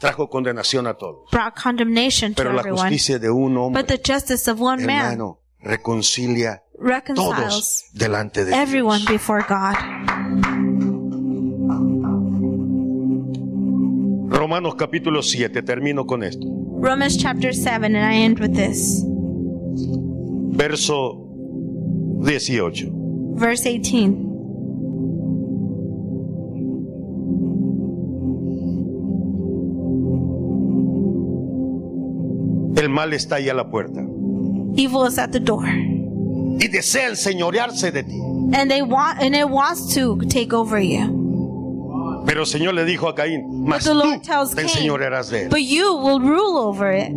Speaker 1: Trajo condenación a todos.
Speaker 2: brought condemnation to
Speaker 1: Pero la
Speaker 2: everyone,
Speaker 1: justicia de un hombre,
Speaker 2: but the justice of one man
Speaker 1: hermano, reconcilia todos
Speaker 2: reconciles
Speaker 1: delante de
Speaker 2: everyone
Speaker 1: Dios.
Speaker 2: before God.
Speaker 1: Romanos capítulo 7, termino con esto.
Speaker 2: Romans chapter 7, and I end with this.
Speaker 1: Verso 18.
Speaker 2: Verse 18.
Speaker 1: El mal está ahí a la puerta.
Speaker 2: Evil is at the door.
Speaker 1: Y desea enseñorearse de ti.
Speaker 2: And they want and it wants to take over you.
Speaker 1: Pero el Señor le dijo a Caín, mas
Speaker 2: the
Speaker 1: tú
Speaker 2: Lord tells
Speaker 1: te
Speaker 2: Cain,
Speaker 1: enseñorearás de él.
Speaker 2: But you will rule over it.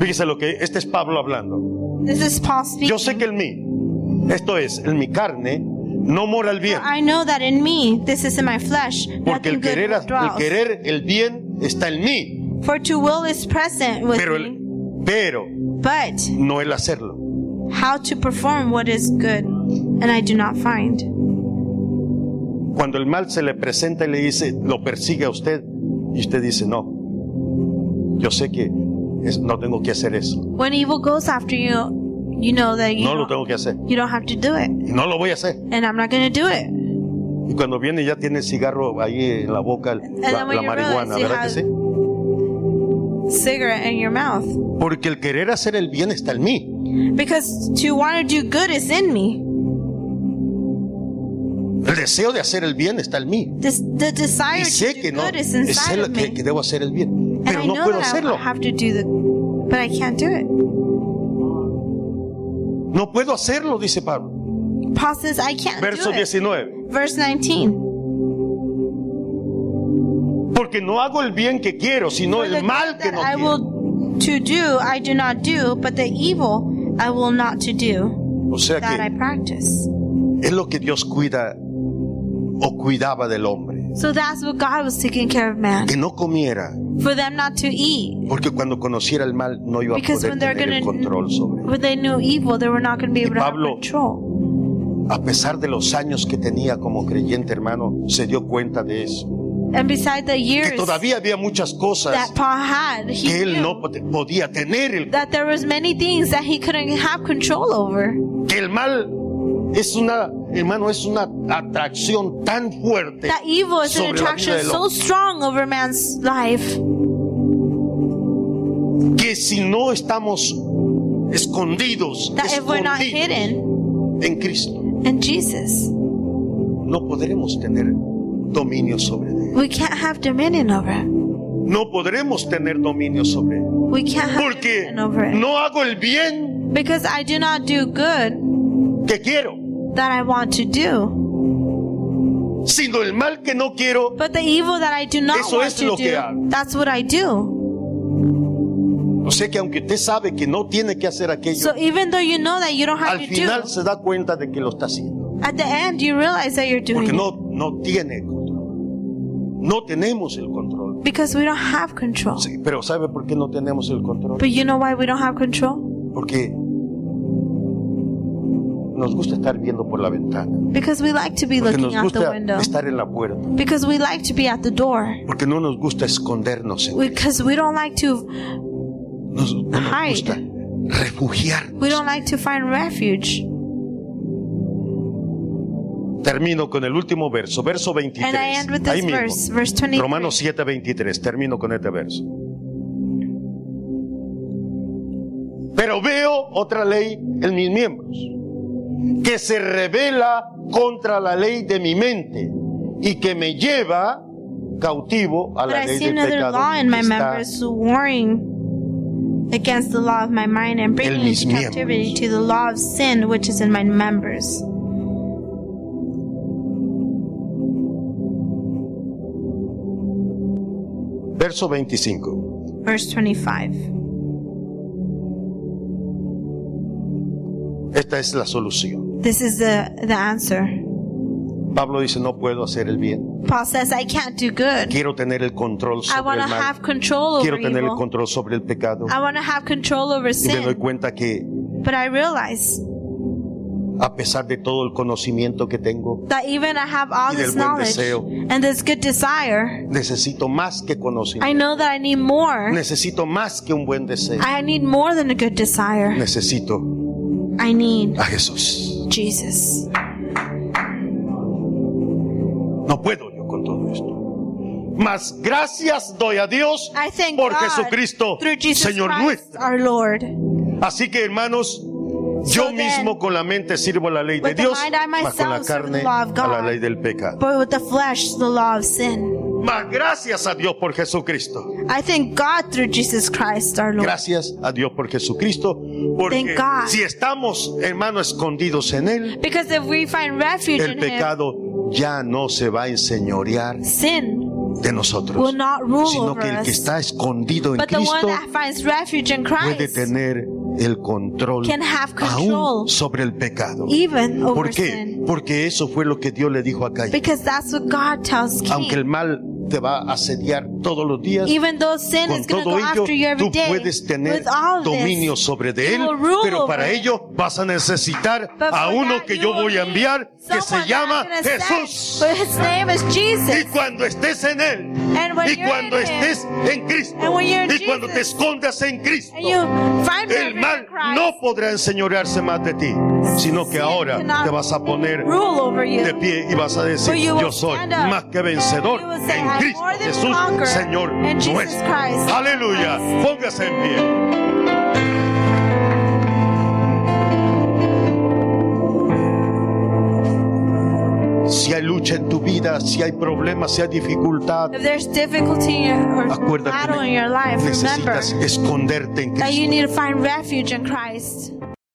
Speaker 1: Fíjese lo que este es Pablo hablando.
Speaker 2: This is Paul speaking.
Speaker 1: Yo sé que en mí, esto es, en mi carne, no mora el bien.
Speaker 2: I know that in me, this is in my flesh,
Speaker 1: Porque
Speaker 2: nothing
Speaker 1: el
Speaker 2: good
Speaker 1: querer, el
Speaker 2: dwells.
Speaker 1: querer el bien está en mí.
Speaker 2: For to will is present with
Speaker 1: Pero, el,
Speaker 2: me,
Speaker 1: pero
Speaker 2: but
Speaker 1: no el hacerlo.
Speaker 2: how to perform what is good, and I do not find.
Speaker 1: Cuando el mal se le presenta y le dice, lo persigue a usted, y usted dice, no, yo sé que es- no tengo que hacer eso,
Speaker 2: When evil goes after you, you know that you,
Speaker 1: no lo
Speaker 2: don't,
Speaker 1: tengo que hacer,
Speaker 2: you don't have to do it,
Speaker 1: y no lo voy a hacer.
Speaker 2: and I'm not going to do it. And
Speaker 1: Y cuando viene ya tiene el cigarro ahí en la boca, la,
Speaker 2: then when
Speaker 1: la
Speaker 2: you
Speaker 1: marihuana,
Speaker 2: realize you
Speaker 1: ¿verdad que sí?
Speaker 2: Cigarette in your mouth.
Speaker 1: Porque el querer hacer el bien está en mí.
Speaker 2: Because to want to do good is in me.
Speaker 1: El deseo de hacer el bien está en mí.
Speaker 2: This, the desire
Speaker 1: Y
Speaker 2: to
Speaker 1: sé
Speaker 2: do
Speaker 1: que no,
Speaker 2: good is
Speaker 1: sé
Speaker 2: inside
Speaker 1: lo
Speaker 2: of
Speaker 1: que,
Speaker 2: me.
Speaker 1: que debo hacer el bien,
Speaker 2: and
Speaker 1: pero
Speaker 2: I
Speaker 1: no
Speaker 2: know
Speaker 1: puedo
Speaker 2: that
Speaker 1: hacerlo.
Speaker 2: I have to do the, but I can't do it.
Speaker 1: No puedo hacerlo, dice Pablo.
Speaker 2: Paul says, I can't
Speaker 1: Verso
Speaker 2: do it.
Speaker 1: 19.
Speaker 2: Verse 19.
Speaker 1: Porque no hago el bien que quiero, sino
Speaker 2: For the
Speaker 1: el mal
Speaker 2: good
Speaker 1: que
Speaker 2: that
Speaker 1: no
Speaker 2: I
Speaker 1: quiero.
Speaker 2: will to do, I do not do, but the evil I will not to do,
Speaker 1: O sea
Speaker 2: that I
Speaker 1: que
Speaker 2: practice.
Speaker 1: es lo que Dios cuida o cuidaba del hombre.
Speaker 2: So that's what God was taking care of man.
Speaker 1: Que no comiera,
Speaker 2: For them not to eat.
Speaker 1: porque cuando conociera el mal no iba a
Speaker 2: Because
Speaker 1: poder
Speaker 2: when they're
Speaker 1: tener el
Speaker 2: gonna-
Speaker 1: control sobre él.
Speaker 2: When they knew evil, they were not going to be able to have
Speaker 1: Pablo-
Speaker 2: control.
Speaker 1: a pesar de los años que tenía como creyente, hermano, se dio cuenta de eso.
Speaker 2: And beside the
Speaker 1: Que
Speaker 2: years
Speaker 1: todavía había muchas
Speaker 2: that
Speaker 1: cosas
Speaker 2: Paul had, he
Speaker 1: que él
Speaker 2: knew
Speaker 1: no pod- podía tener, el-
Speaker 2: that there was many things that he couldn't have control over.
Speaker 1: que el mal es una, hermano, es una atracción tan fuerte.
Speaker 2: That evil is
Speaker 1: sobre
Speaker 2: an
Speaker 1: la vida
Speaker 2: attraction
Speaker 1: del
Speaker 2: so
Speaker 1: hombre.
Speaker 2: strong over man's life
Speaker 1: que si no estamos escondidos,
Speaker 2: that if we're not
Speaker 1: escondidos
Speaker 2: hidden
Speaker 1: en Cristo,
Speaker 2: in Jesus,
Speaker 1: no podremos tener dominio sobre él.
Speaker 2: we can't have dominion over it.
Speaker 1: No podremos tener dominio sobre él.
Speaker 2: We can't have
Speaker 1: Porque
Speaker 2: dominion over it.
Speaker 1: no hago el bien
Speaker 2: Because I do not do good
Speaker 1: que quiero,
Speaker 2: that I want to do,
Speaker 1: sino el mal que no quiero.
Speaker 2: but the evil that I do not
Speaker 1: Eso
Speaker 2: want
Speaker 1: es
Speaker 2: to
Speaker 1: lo que
Speaker 2: do,
Speaker 1: hago.
Speaker 2: that's what I do.
Speaker 1: O sea que aunque usted sabe que no tiene que hacer aquello,
Speaker 2: So even though you know that you don't have
Speaker 1: al
Speaker 2: to
Speaker 1: final
Speaker 2: do,
Speaker 1: se da cuenta de que lo está haciendo.
Speaker 2: at the end you realize that you're doing
Speaker 1: Porque
Speaker 2: it.
Speaker 1: no, no tiene control. No tenemos el control.
Speaker 2: Because we don't have control.
Speaker 1: Sí, pero ¿sabe por qué no tenemos el control?
Speaker 2: But you know why we don't have control?
Speaker 1: Porque nos gusta estar viendo por la ventana.
Speaker 2: Because we like to be
Speaker 1: Porque
Speaker 2: looking
Speaker 1: nos
Speaker 2: out the
Speaker 1: gusta
Speaker 2: window.
Speaker 1: estar en la puerta.
Speaker 2: Because we like to be at the door.
Speaker 1: Porque no nos gusta escondernos. en-
Speaker 2: Because we don't like to
Speaker 1: Nos, no nos
Speaker 2: Hide.
Speaker 1: gusta
Speaker 2: we
Speaker 1: refugiarnos.
Speaker 2: don't like to find refuge.
Speaker 1: Termino con el último verso, verso
Speaker 2: And I end
Speaker 1: 23.
Speaker 2: with this
Speaker 1: Ahí
Speaker 2: verse,
Speaker 1: mismo.
Speaker 2: verse 23.
Speaker 1: Romanos 7, 23. Termino con este verso. Pero veo otra ley en mis miembros, que se revela contra la ley de mi mente y que me lleva cautivo a
Speaker 2: But
Speaker 1: la
Speaker 2: I
Speaker 1: ley
Speaker 2: see
Speaker 1: del
Speaker 2: another
Speaker 1: pecado
Speaker 2: law in
Speaker 1: que
Speaker 2: my
Speaker 1: está
Speaker 2: members warring against the law of my mind and bringing
Speaker 1: En mis
Speaker 2: into captivity
Speaker 1: miembros.
Speaker 2: to the law of sin which is in my members.
Speaker 1: Verso 25.
Speaker 2: Verse 25.
Speaker 1: Esta es la solución.
Speaker 2: This is the, the answer.
Speaker 1: Pablo dice, no puedo hacer el bien.
Speaker 2: Paul says, I can't do good.
Speaker 1: Quiero tener el control
Speaker 2: I
Speaker 1: sobre
Speaker 2: want
Speaker 1: el
Speaker 2: to
Speaker 1: mal.
Speaker 2: have control over
Speaker 1: Quiero tener el
Speaker 2: evil.
Speaker 1: control sobre el pecado.
Speaker 2: I want to have control over
Speaker 1: Y me doy
Speaker 2: sin.
Speaker 1: cuenta que
Speaker 2: But I realize
Speaker 1: a pesar de todo el conocimiento que tengo,
Speaker 2: that even I have all
Speaker 1: Y
Speaker 2: this
Speaker 1: del buen
Speaker 2: knowledge
Speaker 1: deseo.
Speaker 2: and this good desire,
Speaker 1: necesito más que
Speaker 2: I
Speaker 1: conocimiento.
Speaker 2: know that I need more.
Speaker 1: Necesito más que un buen deseo.
Speaker 2: I need more than a good desire.
Speaker 1: Necesito
Speaker 2: I need
Speaker 1: a Jesús.
Speaker 2: Jesus.
Speaker 1: No puedo yo con todo esto. Mas gracias doy a Dios
Speaker 2: I thank
Speaker 1: por
Speaker 2: God
Speaker 1: Jesucristo,
Speaker 2: through Jesus
Speaker 1: Señor
Speaker 2: Christ,
Speaker 1: nuestro.
Speaker 2: our Lord.
Speaker 1: Así que hermanos, yo
Speaker 2: then,
Speaker 1: mismo con la mente sirvo a la ley de
Speaker 2: with the
Speaker 1: Dios,
Speaker 2: mind I
Speaker 1: mas con la
Speaker 2: myself serve
Speaker 1: carne
Speaker 2: the law of
Speaker 1: a la
Speaker 2: God.
Speaker 1: ley del pecado.
Speaker 2: But with the flesh, the law of sin.
Speaker 1: Mas gracias a Dios por Jesucristo.
Speaker 2: I thank God through Jesus Christ, our Lord.
Speaker 1: Gracias a Dios por Jesucristo, porque
Speaker 2: Thank God.
Speaker 1: si estamos, hermano, escondidos en Él,
Speaker 2: Because if we find refuge
Speaker 1: el
Speaker 2: in Him,
Speaker 1: pecado ya no se va a enseñorear
Speaker 2: sin
Speaker 1: de nosotros,
Speaker 2: will not rule
Speaker 1: sino que
Speaker 2: over
Speaker 1: el que
Speaker 2: us.
Speaker 1: está escondido en
Speaker 2: But the one
Speaker 1: Cristo
Speaker 2: that finds refuge in
Speaker 1: puede
Speaker 2: Christ,
Speaker 1: tener el control
Speaker 2: can have
Speaker 1: aún
Speaker 2: control
Speaker 1: sobre el pecado.
Speaker 2: even
Speaker 1: ¿Por
Speaker 2: over
Speaker 1: qué?
Speaker 2: sin.
Speaker 1: Porque eso fue lo que Dios le dijo a Caín.
Speaker 2: Because that's what God tells
Speaker 1: Aunque el
Speaker 2: Cain.
Speaker 1: mal te va a asediar todos los días,
Speaker 2: Even though sin
Speaker 1: con
Speaker 2: is going to go
Speaker 1: todo ello
Speaker 2: after you every
Speaker 1: tú
Speaker 2: day,
Speaker 1: puedes tener
Speaker 2: with all
Speaker 1: dominio
Speaker 2: this,
Speaker 1: sobre de
Speaker 2: you
Speaker 1: él,
Speaker 2: will rule
Speaker 1: pero
Speaker 2: over
Speaker 1: para
Speaker 2: it.
Speaker 1: ello vas a necesitar
Speaker 2: But for
Speaker 1: a uno
Speaker 2: that
Speaker 1: que
Speaker 2: you
Speaker 1: yo
Speaker 2: will
Speaker 1: voy a
Speaker 2: need
Speaker 1: enviar que se
Speaker 2: someone
Speaker 1: llama
Speaker 2: that's gonna
Speaker 1: Jesús.
Speaker 2: say, But his name is
Speaker 1: Y
Speaker 2: Jesus.
Speaker 1: cuando estés en él,
Speaker 2: And when
Speaker 1: y
Speaker 2: you're
Speaker 1: cuando
Speaker 2: in him,
Speaker 1: estés en Cristo,
Speaker 2: And when you're in
Speaker 1: y cuando te
Speaker 2: Jesus.
Speaker 1: escondas en Cristo,
Speaker 2: and you find
Speaker 1: el
Speaker 2: refuge
Speaker 1: mal
Speaker 2: in Christ,
Speaker 1: no podrá enseñorearse más de ti, sino que
Speaker 2: sin
Speaker 1: ahora
Speaker 2: cannot
Speaker 1: te vas a poner
Speaker 2: rule over you.
Speaker 1: de pie y vas a decir,
Speaker 2: But you will
Speaker 1: yo soy
Speaker 2: stand up.
Speaker 1: más que vencedor
Speaker 2: You will say,
Speaker 1: en
Speaker 2: "I'm
Speaker 1: Cristo
Speaker 2: more than
Speaker 1: Jesús,
Speaker 2: conqueror
Speaker 1: Señor
Speaker 2: in Jesus
Speaker 1: nuestro.
Speaker 2: Christ."
Speaker 1: Aleluya, póngase en pie. Si hay lucha en tu vida, si hay problemas, si hay dificultad,
Speaker 2: If there's difficulty in your, or
Speaker 1: acuérdate
Speaker 2: battle in your life, remember
Speaker 1: necesitas esconderte en
Speaker 2: that you
Speaker 1: Cristo.
Speaker 2: need to find refuge in Christ.